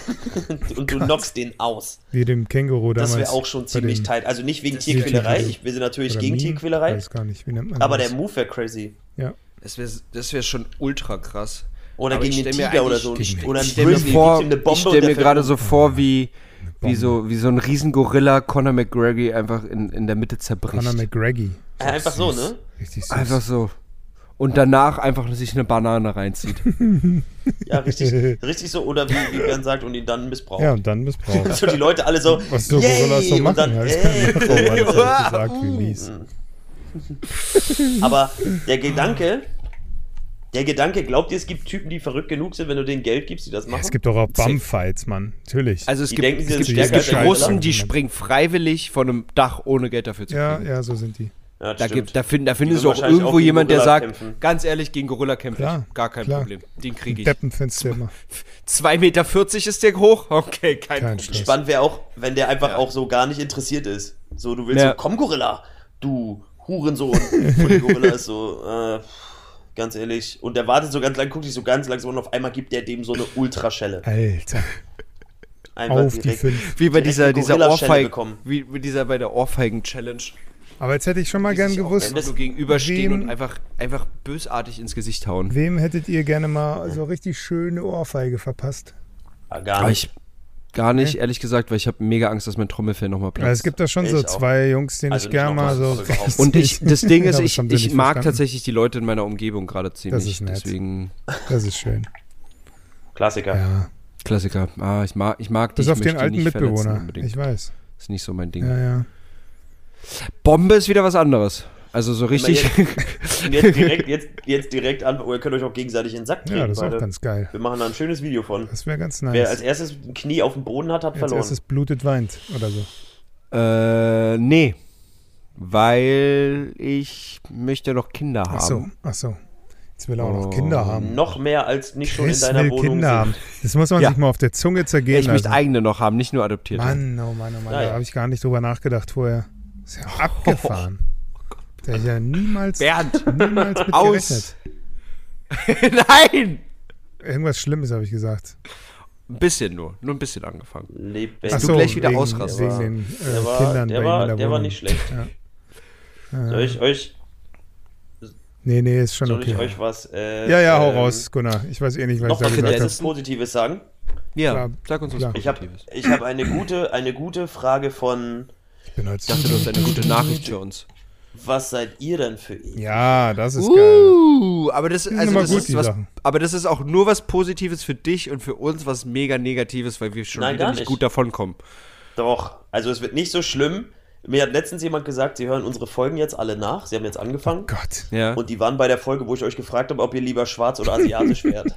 S5: und du knockst den aus.
S3: Wie dem Känguru damals.
S5: Das wäre auch schon
S3: bei
S5: ziemlich
S3: dem-
S5: tight. Also nicht wegen
S3: ist
S5: Tierquälerei,
S3: Tierquälerei.
S5: ich, wir sind natürlich
S3: oder
S5: gegen
S3: Meme?
S5: Tierquälerei,
S3: Weiß gar nicht. Wie nennt man
S5: aber
S3: das?
S5: der Move wäre crazy.
S3: Ja.
S4: Das wäre das wär schon ultra krass.
S5: Oder
S4: Aber ich
S5: gegen den
S4: stell mir
S5: Tiger oder
S4: eigentlich-
S5: so.
S3: gegen den
S5: Oder ein
S4: Ich stelle mir,
S5: Grizzly,
S4: vor,
S5: gibt ihm eine Bombe
S4: ich stell
S5: und der
S4: mir
S5: fällt
S4: gerade
S5: um.
S4: so vor, wie, wie, so, wie so ein Riesengorilla Conor McGregor einfach in, in der Mitte zerbricht.
S3: Conor McGreggy.
S5: Äh, einfach so, ne?
S3: Richtig süß.
S4: Einfach so. Und danach einfach sich eine Banane reinzieht.
S5: Ja, richtig, richtig so. Oder wie, wie Ben sagt, und ihn dann missbraucht.
S3: ja, und dann missbraucht.
S5: So die Leute alle so,
S3: Was so
S5: yay,
S3: Gorillas so
S5: und
S3: machen.
S5: dann, Mhm.
S3: ja, das kann
S5: ey.
S3: ich mir vorstellen, das hab ich gesagt, wie mies.
S5: Aber der Gedanke, der Gedanke, glaubt ihr, es gibt Typen, die verrückt genug sind, wenn du denen Geld gibst, die das machen?
S3: Es gibt doch auch Bum-Fights, Mann. Natürlich.
S4: Also es
S5: Die
S4: gibt,
S5: denken, sie
S4: es
S5: sind
S4: gibt, es
S5: stärker
S4: gibt
S5: als die
S4: Russen,
S5: anderen.
S4: die springen freiwillig von einem Dach ohne Geld dafür zu
S3: ja,
S4: kriegen.
S3: ja, so sind die.
S5: ja,
S4: Da,
S5: stimmt.
S4: gibt, da, find, da findest
S5: würden
S4: du auch
S5: wahrscheinlich auch
S4: irgendwo
S5: gegen
S4: jemand, der
S5: Gorilla
S4: sagt,
S5: kämpfen.
S4: ganz ehrlich, gegen Gorilla kämpfe
S3: Klar,
S4: ich. Gar kein
S3: klar.
S4: Problem. Den kriege ich.
S3: Deppen findest du immer.
S4: 2,40 Meter ist der hoch? Okay, kein,
S3: Kein
S4: Problem.
S3: Stress.
S5: Spannend wäre auch, wenn der einfach auch so gar nicht interessiert ist. So, du willst
S4: Ja.
S5: so, komm Gorilla, du Hurensohn. Und der Gorilla ist so, äh, ganz ehrlich. Und der wartet so ganz lang, guckt dich so ganz langsam und auf einmal gibt der dem so eine Ultraschelle.
S3: Alter,
S5: Einfach
S3: auf die
S5: direkt.
S3: fünf.
S4: Wie bei
S5: Direkt
S4: dieser,
S5: eine
S4: dieser
S5: Gorilla-Schelle
S4: Ohrfeigen,
S5: bekommen.
S4: wie bei dieser bei der Ohrfeigen-Challenge.
S3: Aber jetzt hätte ich schon mal gern
S5: sich auch
S3: gewusst,
S5: ändern. Das-
S4: Nur gegenüberstehen
S3: wem-
S4: und einfach, einfach bösartig ins Gesicht hauen.
S3: wem hättet ihr gerne mal so richtig schöne Ohrfeige verpasst?
S5: Ah, gar
S4: Aber
S5: nicht.
S4: ich gar nicht, ehrlich gesagt, weil ich habe mega Angst, dass mein Trommelfell nochmal
S3: Ja,
S4: platzt.
S3: es gibt da schon
S5: Ich
S3: so
S5: auch.
S3: zwei Jungs, denen
S5: Also
S3: ich
S5: nicht
S3: gerne mal
S5: nochmal,
S3: so.
S5: das ist
S4: und ich, das Ding ist,
S3: Aber das
S4: ich,
S3: haben sie
S4: ich
S3: nicht
S4: mag
S3: verstanden.
S4: tatsächlich die Leute in meiner Umgebung gerade ziemlich.
S3: ist nett.
S4: Deswegen
S3: Das ist schön.
S5: Klassiker.
S3: Ja.
S4: Klassiker. Ah, ich mag, ich mag dich.
S3: Bis auf
S4: ich möchte
S3: den
S4: die
S3: alten
S4: nicht verletzen
S3: Mitbewohner.
S4: unbedingt.
S3: Ich weiß.
S4: Ist nicht so mein Ding.
S3: Ja, ja.
S4: Bombe ist wieder was anderes. Also so richtig.
S5: Und jetzt direkt, jetzt, jetzt direkt an, oder ihr könnt euch auch gegenseitig in den Sack treten.
S3: Ja, das ist auch
S5: beide.
S3: ganz geil.
S5: Wir machen da ein schönes Video von.
S3: Das wäre ganz
S5: Wer als
S3: nice.
S5: erstes ein Knie auf dem Boden hat, hat
S3: Als
S5: verloren.
S3: erstes blutet, weint oder so.
S4: äh, nee. Weil ich möchte noch Kinder haben.
S3: Ach so, ach so. Jetzt will er auch noch
S4: Oh,
S3: Kinder haben.
S5: Noch mehr als nicht schon in
S3: Chris
S5: deiner
S3: will
S5: Wohnung
S3: Kinder
S5: sind.
S3: haben. Das muss man
S4: Ja.
S3: sich mal auf der Zunge zergehen
S4: ich möchte
S3: lassen.
S4: eigene noch haben, nicht nur adoptierte.
S3: Mann, oh Mann, oh Mann,
S5: Ja,
S3: da
S5: ja.
S3: habe ich gar nicht drüber nachgedacht vorher. Ist ja abgefahren.
S5: Oh
S3: Da hätte ich ja niemals,
S4: Bernd,
S3: niemals mit gerechnet.
S4: aus! Nein!
S3: Irgendwas Schlimmes habe ich gesagt.
S4: Ein bisschen nur, nur ein bisschen angefangen.
S5: Lebendig.
S3: Ach
S4: du
S3: so,
S4: gleich wieder
S3: wegen,
S4: ausrastest.
S3: Wegen den äh,
S5: Der war,
S3: Kindern
S5: der
S3: bei ihm in
S5: war,
S3: der
S5: der war
S3: Wohnung.
S5: nicht schlecht.
S3: Ja.
S5: Soll ich euch,
S3: Nee, nee, ist schon
S5: soll
S3: okay.
S5: ich euch was. Äh,
S3: ja, ja, hau
S5: ähm,
S3: raus, Gunnar. Ich weiß eh nicht, was ich
S5: Noch
S3: da
S5: was
S3: gesagt habe.
S5: letztes Positives sagen.
S4: Ja,
S3: Klar,
S4: sag uns was
S3: klar.
S5: Ich habe
S4: Positives.
S5: ich hab eine, gute, eine gute Frage von.
S3: Ich bin heute
S4: Ich dachte, du hast eine gute Nachricht für uns.
S5: Was seid ihr denn für e-? ihn?
S3: ja, das ist geil.
S4: Uh, aber das,
S3: sind
S4: also
S3: immer
S4: das
S3: gut, die
S4: ist was,
S3: Sachen.
S4: aber das ist auch nur was Positives für dich und für uns was mega Negatives, weil wir schon
S5: Nein,
S4: wieder
S5: gar
S4: nicht.
S5: nicht.
S4: gut davonkommen.
S5: Doch, also es wird nicht so schlimm. Mir hat letztens jemand gesagt, sie hören unsere Folgen jetzt alle nach. Sie haben jetzt angefangen.
S3: Oh Gott.
S4: Ja.
S5: Und die waren bei der Folge, wo ich euch gefragt habe, ob ihr lieber schwarz oder asiatisch wärt.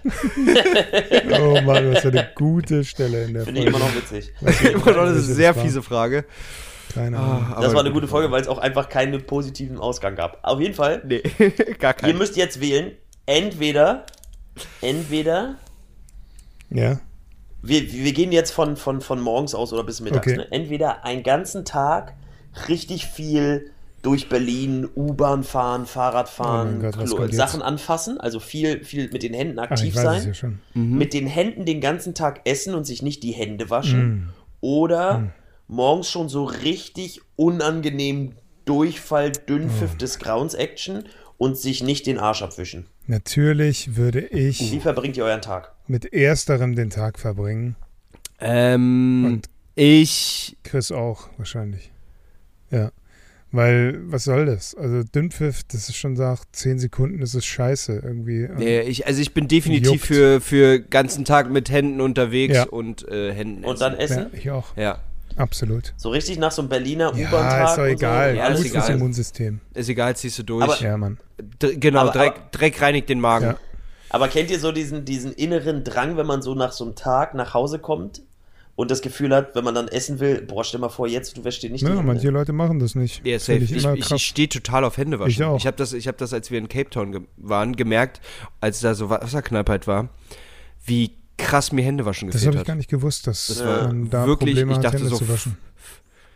S3: Oh Mann, was für eine gute Stelle in der
S5: Finde ich
S3: Folge.
S5: immer noch witzig.
S4: Immer noch eine
S3: Das ist
S4: sehr
S3: wahr.
S4: fiese Frage.
S3: Keine Ahnung.
S5: Das war eine gute Folge, weil es auch einfach keinen positiven Ausgang gab. Auf jeden Fall,
S4: Nee, gar
S5: ihr
S4: keine.
S5: müsst jetzt wählen, entweder, entweder,
S3: Ja.
S5: wir, wir gehen jetzt von, von, von morgens aus oder bis mittags,
S3: Okay.
S5: ne? entweder einen ganzen Tag richtig viel durch Berlin, U-Bahn fahren, Fahrrad
S3: Oh
S5: fahren,
S3: mein Gott, was
S5: Klo-
S3: kommt jetzt?
S5: Sachen anfassen, also viel, viel mit den Händen
S3: Ach,
S5: aktiv
S3: Ah, ich weiß es
S5: sein.
S3: ja schon.
S5: mit den Händen den ganzen Tag essen und sich nicht die Hände
S3: Mhm.
S5: waschen oder morgens schon so richtig unangenehm Durchfall, Dünnpfiff
S3: Mhm.
S5: des Grauens Action und sich nicht den Arsch abwischen.
S3: Natürlich würde ich
S4: Mhm.
S5: Wie verbringt ihr euren Tag?
S3: mit ersterem den Tag verbringen.
S4: Ähm,
S3: Und-
S4: ich.
S3: Chris auch, wahrscheinlich. Ja. Weil, was soll das? Also Dünnpfiff, das ist schon sagt, 10 Sekunden ist es scheiße irgendwie.
S4: Nee, ich, also ich bin definitiv
S3: Juckt.
S4: für für ganzen Tag mit Händen unterwegs
S3: Ja.
S4: und äh, Händen.
S5: Und dann
S4: essen.
S3: Ja,
S5: essen?
S3: ich auch.
S4: Ja,
S3: Absolut.
S5: So richtig nach so einem Berliner
S3: Ja,
S5: U-Bahn-Tag?
S3: ist doch
S5: und
S3: egal.
S5: So.
S4: Ja,
S3: Alles
S4: ist
S3: Gut fürs
S4: egal.
S3: Immunsystem.
S4: ist egal, ziehst du durch.
S5: Aber-
S3: Ja, Mann.
S4: Dr genau,
S5: aber-
S4: Dreck, Dreck reinigt den Magen.
S3: Ja.
S5: Aber kennt ihr so diesen, diesen inneren Drang, wenn man so nach so einem Tag nach Hause kommt und das Gefühl hat, wenn man dann essen will, boah, stell mal vor, jetzt, du wäschst dir nicht die
S3: Ja,
S5: Hände.
S3: Ne, manche Leute machen das nicht.
S4: Ja, safe.
S3: Finde
S4: Ich,
S3: ich
S4: ich,
S3: immer
S4: ich,
S3: krass.
S4: stehe total auf Händewaschen.
S3: Ich auch.
S4: Ich habe das, ich hab das, als wir in Cape Town ge waren, gemerkt, als da so Wasserknappheit war, wie krass mir Händewaschen
S3: das habe
S4: gefehlt
S3: ich gar
S4: hat.
S3: nicht gewusst, dass
S4: Das war
S3: man da
S4: wirklich-
S3: Probleme
S4: ich
S3: hat,
S4: dachte
S3: Hände
S4: so,
S3: zu waschen.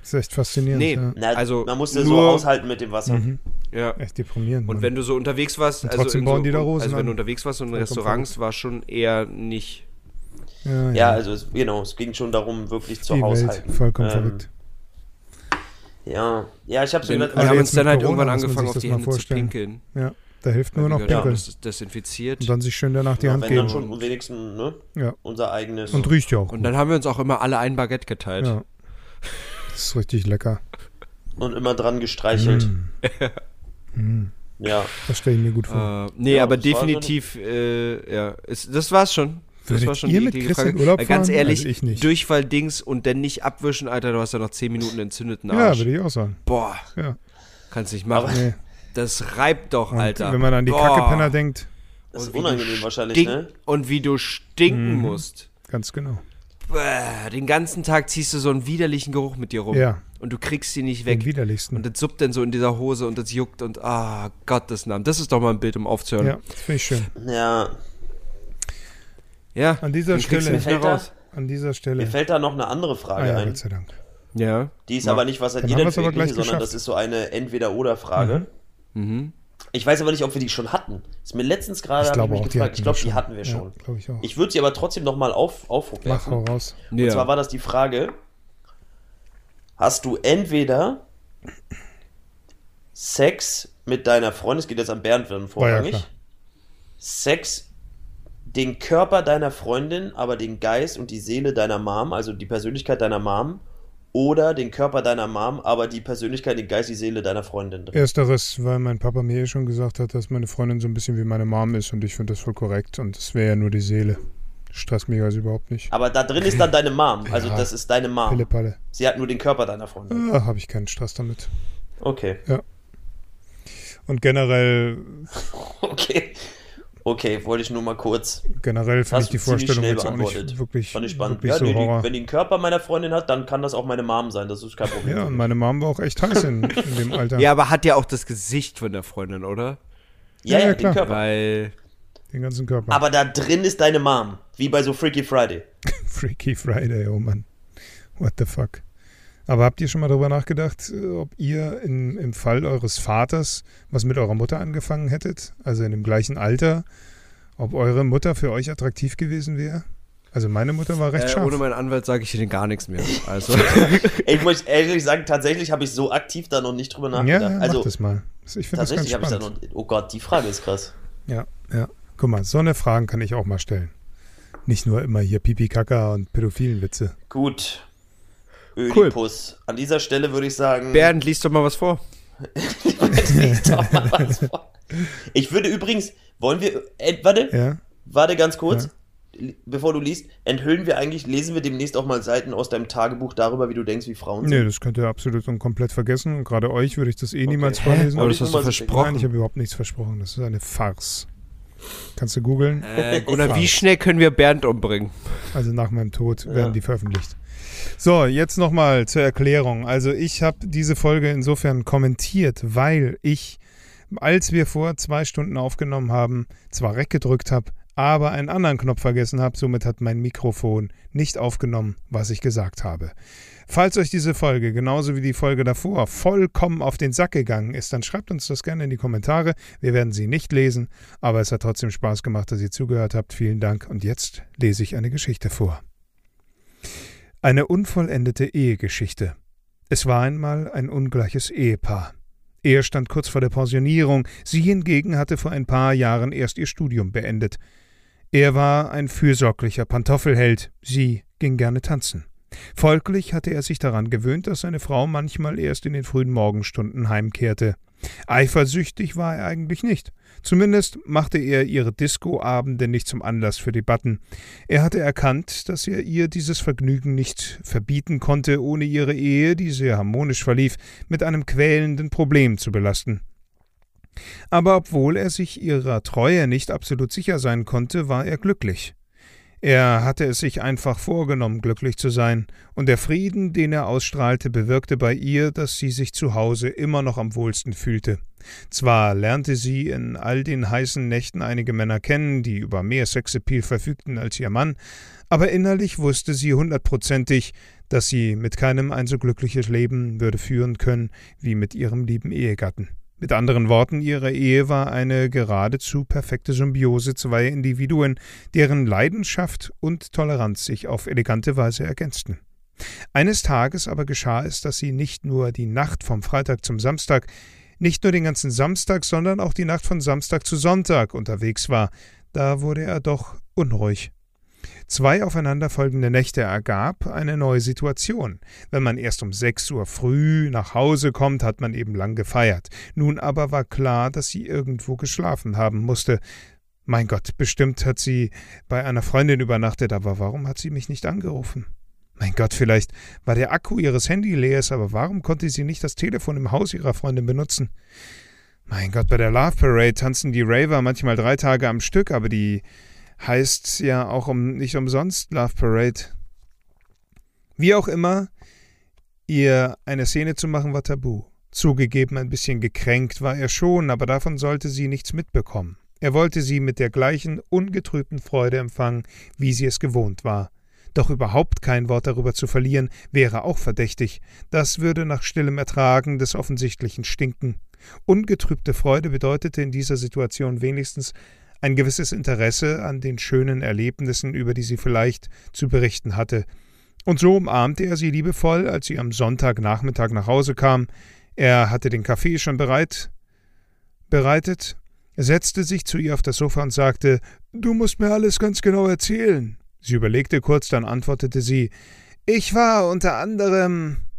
S3: Das ist echt faszinierend.
S4: Nee.
S3: Ja.
S5: Na,
S4: Also
S5: also, man musste so
S4: nur-
S5: aushalten mit dem Wasser.
S3: Mhm.
S4: Ja.
S3: Echt deprimierend.
S4: Und
S3: Mann.
S4: wenn du so unterwegs warst,
S3: Und
S4: also,
S3: trotzdem
S4: in
S3: bauen
S4: so,
S3: die da Rosen
S4: also wenn du
S3: an.
S4: unterwegs warst in
S3: Vollkommen
S4: Restaurants, war schon eher nicht.
S3: ja,
S5: Ja,
S3: ja,
S5: also es, genau, es ging schon darum, wirklich zu
S3: die
S5: Hause
S3: Welt,
S5: halten.
S3: vollkommen
S5: Ähm,
S3: verrückt.
S5: Ja, ja, ich habe so
S4: Wir
S5: gedacht,
S4: wir haben
S3: Also jetzt
S4: uns dann
S3: mit
S4: halt
S3: Corona
S4: irgendwann
S3: muss man
S4: angefangen,
S3: sich
S4: auf
S3: das
S4: die
S3: mal
S4: Hände
S3: vorstellen.
S4: zu pinkeln.
S3: Ja, da hilft nur
S4: Weil wir
S3: noch
S4: gedacht haben,
S3: Pinkeln.
S4: Das ist desinfiziert.
S3: Und dann sich schön danach die
S5: ja,
S3: Hand
S5: wenn dann
S3: geben.
S5: schon wenigstens ne,
S3: Ja.
S5: unser eigenes.
S3: Und riecht ja auch.
S4: Und dann haben wir uns auch immer alle ein Baguette geteilt.
S3: Ja. Das ist richtig lecker.
S5: Und immer dran gestreichelt.
S3: Hm.
S5: ja,
S3: Das stelle ich mir gut vor.
S4: Äh, nee,
S5: Ja,
S4: aber
S5: das war so eine-
S4: definitiv, äh, ja, ist, das war's schon. Das
S3: Würdet
S4: war schon
S3: ihr
S4: die
S3: mit
S4: eklige
S3: Chris
S4: Frage.
S3: in Urlaub
S4: Äh, Ganz
S3: fahren?
S4: ehrlich,
S3: Also ich nicht.
S4: Durchfall-Dings und dann nicht abwischen, Alter, du hast ja noch 10 Minuten entzündeten
S3: ja,
S4: Arsch.
S3: würde ich auch sagen.
S4: Boah,
S3: Ja.
S4: kannst nicht machen.
S5: Aber-
S3: Nee.
S4: Das reibt doch,
S3: Und
S4: Alter.
S3: wenn man an die
S4: Boah,
S3: Kackepenner denkt,
S5: das ist
S4: wie
S5: unangenehm wahrscheinlich,
S4: stink-
S5: ne?
S4: Und wie du stinken
S3: Mhm.
S4: musst.
S3: ganz genau.
S4: Bäh, den ganzen Tag ziehst du so einen widerlichen Geruch mit dir rum.
S3: Ja.
S4: Und du kriegst ihn nicht
S3: Den
S4: weg. Und
S3: widerlichsten.
S4: das suppt dann so in dieser Hose und das juckt und ah, Gottes Namen. Das ist doch mal ein Bild, um aufzuhören.
S3: Ja, das finde ich schön.
S5: Ja,
S4: Ja,
S3: An dieser
S4: den kriegst du
S3: Stelle-
S4: nicht mehr
S5: Fällt da-
S4: raus.
S3: An dieser
S5: mir
S3: Stelle.
S5: fällt da noch eine andere
S3: Ah
S5: Frage
S3: ja,
S5: ein.
S3: Gott sei Dank.
S4: Ja.
S5: Die ist
S4: Ja.
S5: aber nicht, was hat
S3: Dann
S5: ihr
S3: haben
S5: denn
S3: wir's
S5: für
S3: aber
S5: eklige,
S3: gleich
S5: sondern
S3: geschafft. Mhm.
S5: das ist so eine
S4: Ah, ne?
S5: Entweder-Oder-Frage. Ich weiß aber nicht, ob wir die schon hatten. Ist mir letztens gerade,
S3: Ich
S5: hab
S3: glaube
S5: mich
S3: auch, die
S5: gefragt,
S3: hatten
S5: ich
S3: wir
S5: glaube, die hatten wir schon.
S3: Ja, glaube ich auch.
S5: Ich würde sie aber trotzdem nochmal auf, aufrufen.
S3: Mach hau raus.
S5: Und
S4: Ja.
S5: zwar war das die Frage: Hast du entweder Sex mit deiner Freundin, es geht jetzt an Bernd dann vorrangig,
S3: klar.
S5: Sex, den Körper deiner Freundin, aber den Geist und die Seele deiner Mom, also die Persönlichkeit deiner Mom, oder den Körper deiner Mom, aber die Persönlichkeit, den Geist, die Seele deiner Freundin drin?
S3: Ersteres, weil mein Papa mir eh schon gesagt hat, dass meine Freundin so ein bisschen wie meine Mom ist und ich finde das voll korrekt und es wäre ja nur die Seele. Stress mich also überhaupt nicht.
S5: Aber da drin ist dann deine Mom, also
S3: Ja.
S5: das ist deine Mom.
S3: Pillepalle.
S5: Sie hat nur den Körper deiner Freundin.
S3: Ah, Habe ich keinen Stress damit.
S5: Okay,
S3: Und generell,
S5: okay. Okay, wollte ich nur mal kurz.
S3: Generell finde
S5: Hast
S3: ich die
S5: du ziemlich
S3: Vorstellung
S5: schnell
S3: jetzt auch nicht
S5: beantwortet.
S3: wirklich,
S5: Fand ich spannend.
S3: wirklich
S5: ja,
S3: so
S5: nee,
S3: Horror.
S5: die, wenn die einen Körper meiner Freundin hat, dann kann das auch meine Mom sein. Das ist kein Problem.
S3: ja, und meine Mom war auch echt heiß in, in dem Alter.
S4: Ja, aber hat ja auch das Gesicht von der Freundin, oder?
S5: ja,
S3: ja, klar.
S5: ja, den Körper.
S4: Weil.
S3: Den ganzen Körper.
S5: Aber da drin ist deine Mom. Wie bei so Freaky Friday.
S3: Freaky Friday, oh Mann. What the fuck. Aber habt ihr schon mal darüber nachgedacht, äh, ob ihr in, im Fall eures Vaters was mit eurer Mutter angefangen hättet? Also in dem gleichen Alter, ob eure Mutter für euch attraktiv gewesen wäre? Also meine Mutter war recht
S4: Äh,
S3: scharf.
S4: ohne meinen Anwalt sage ich denen gar nichts mehr. Also.
S5: Ey, Ich muss ehrlich sagen, tatsächlich habe ich so aktiv da noch nicht drüber
S3: ja,
S5: nachgedacht.
S3: ja,
S5: also
S3: mach das mal. Ich finde das ganz
S5: tatsächlich habe ich da noch.
S3: spannend.
S5: Oh Gott, die Frage ist krass.
S3: Ja, ja. Guck mal, so eine Fragen kann ich auch mal stellen. Nicht nur immer hier Pipi Kaka und pädophilen Witze.
S5: Gut. Ödipus. An dieser Stelle würde ich sagen,
S4: Bernd, liest doch mal was vor.
S5: ich doch mal was vor. Ich würde übrigens, wollen wir, äh, warte,
S3: Ja?
S5: warte ganz kurz, li- bevor du liest, enthüllen wir eigentlich, lesen wir demnächst auch mal Seiten aus deinem Tagebuch darüber, wie du denkst, wie Frauen sind.
S3: Nee, das könnt ihr absolut und komplett vergessen. Und gerade euch würde ich das eh niemals vorlesen.
S4: Aber Oh,
S5: Hab
S4: das
S5: ich
S4: hast du
S5: nur mal so
S3: Nein, ich
S4: versprochen.
S3: habe überhaupt nichts versprochen. Das ist eine Farce. Kannst du googeln?
S4: Äh, Gunnar, wie schnell können wir Bernd umbringen?
S3: Also nach meinem Tod werden die veröffentlicht. So, jetzt nochmal zur Erklärung. Also ich habe diese Folge insofern kommentiert, weil ich, als wir vor zwei Stunden aufgenommen haben, zwar Rec gedrückt habe, aber einen anderen Knopf vergessen habe. Somit hat mein Mikrofon nicht aufgenommen, was ich gesagt habe. Falls euch diese Folge, genauso wie die Folge davor, vollkommen auf den Sack gegangen ist, dann schreibt uns das gerne in die Kommentare. Wir werden sie nicht lesen, aber es hat trotzdem Spaß gemacht, dass ihr zugehört habt. Vielen Dank. Und jetzt lese ich eine Geschichte vor. Eine unvollendete Ehegeschichte. Es war einmal ein ungleiches Ehepaar. Er stand kurz vor der Pensionierung, sie hingegen hatte vor ein paar Jahren erst ihr Studium beendet. Er war ein fürsorglicher Pantoffelheld, sie ging gerne tanzen. Folglich hatte er sich daran gewöhnt, dass seine Frau manchmal erst in den frühen Morgenstunden heimkehrte. Eifersüchtig war er eigentlich nicht. Zumindest machte er ihre Discoabende nicht zum Anlass für Debatten. Er hatte erkannt, dass er ihr dieses Vergnügen nicht verbieten konnte, ohne ihre Ehe, die sehr harmonisch verlief, mit einem quälenden Problem zu belasten. Aber obwohl er sich ihrer Treue nicht absolut sicher sein konnte, war er glücklich. Er hatte es sich einfach vorgenommen, glücklich zu sein, und der Frieden, den er ausstrahlte, bewirkte bei ihr, dass sie sich zu Hause immer noch am wohlsten fühlte. Zwar lernte sie in all den heißen Nächten einige Männer kennen, die über mehr Sexappeal verfügten als ihr Mann, aber innerlich wusste sie hundertprozentig, dass sie mit keinem ein so glückliches Leben würde führen können wie mit ihrem lieben Ehegatten. Mit anderen Worten, ihre Ehe war eine geradezu perfekte Symbiose zweier Individuen, deren Leidenschaft und Toleranz sich auf elegante Weise ergänzten. Eines Tages aber geschah es, dass sie nicht nur die Nacht vom Freitag zum Samstag, nicht nur den ganzen Samstag, sondern auch die Nacht von Samstag zu Sonntag unterwegs war. Da wurde er doch unruhig. Zwei aufeinanderfolgende Nächte ergab eine neue Situation. Wenn man erst um 6 Uhr früh nach Hause kommt, hat man eben lang gefeiert. Nun aber war klar, dass sie irgendwo geschlafen haben musste. Mein Gott, bestimmt hat sie bei einer Freundin übernachtet, aber warum hat sie mich nicht angerufen? Mein Gott, vielleicht war der Akku ihres Handys leer, aber warum konnte sie nicht das Telefon im Haus ihrer Freundin benutzen? Mein Gott, bei der Love Parade tanzen die Raver manchmal drei Tage am Stück, aber die heißt ja auch um, nicht umsonst Love Parade. Wie auch immer, ihr eine Szene zu machen war tabu. Zugegeben, ein bisschen gekränkt war er schon, aber davon sollte sie nichts mitbekommen. Er wollte sie mit der gleichen ungetrübten Freude empfangen, wie sie es gewohnt war. Doch überhaupt kein Wort darüber zu verlieren, wäre auch verdächtig. Das würde nach stillem Ertragen des Offensichtlichen stinken. Ungetrübte Freude bedeutete in dieser Situation wenigstens ein gewisses Interesse an den schönen Erlebnissen, über die sie vielleicht zu berichten hatte. Und so umarmte er sie liebevoll, als sie am Sonntagnachmittag nach Hause kam. Er hatte den Kaffee schon bereit bereitet, setzte sich zu ihr auf das Sofa und sagte Du musst mir alles ganz genau erzählen. Sie überlegte kurz, dann antwortete sie Ich war unter anderem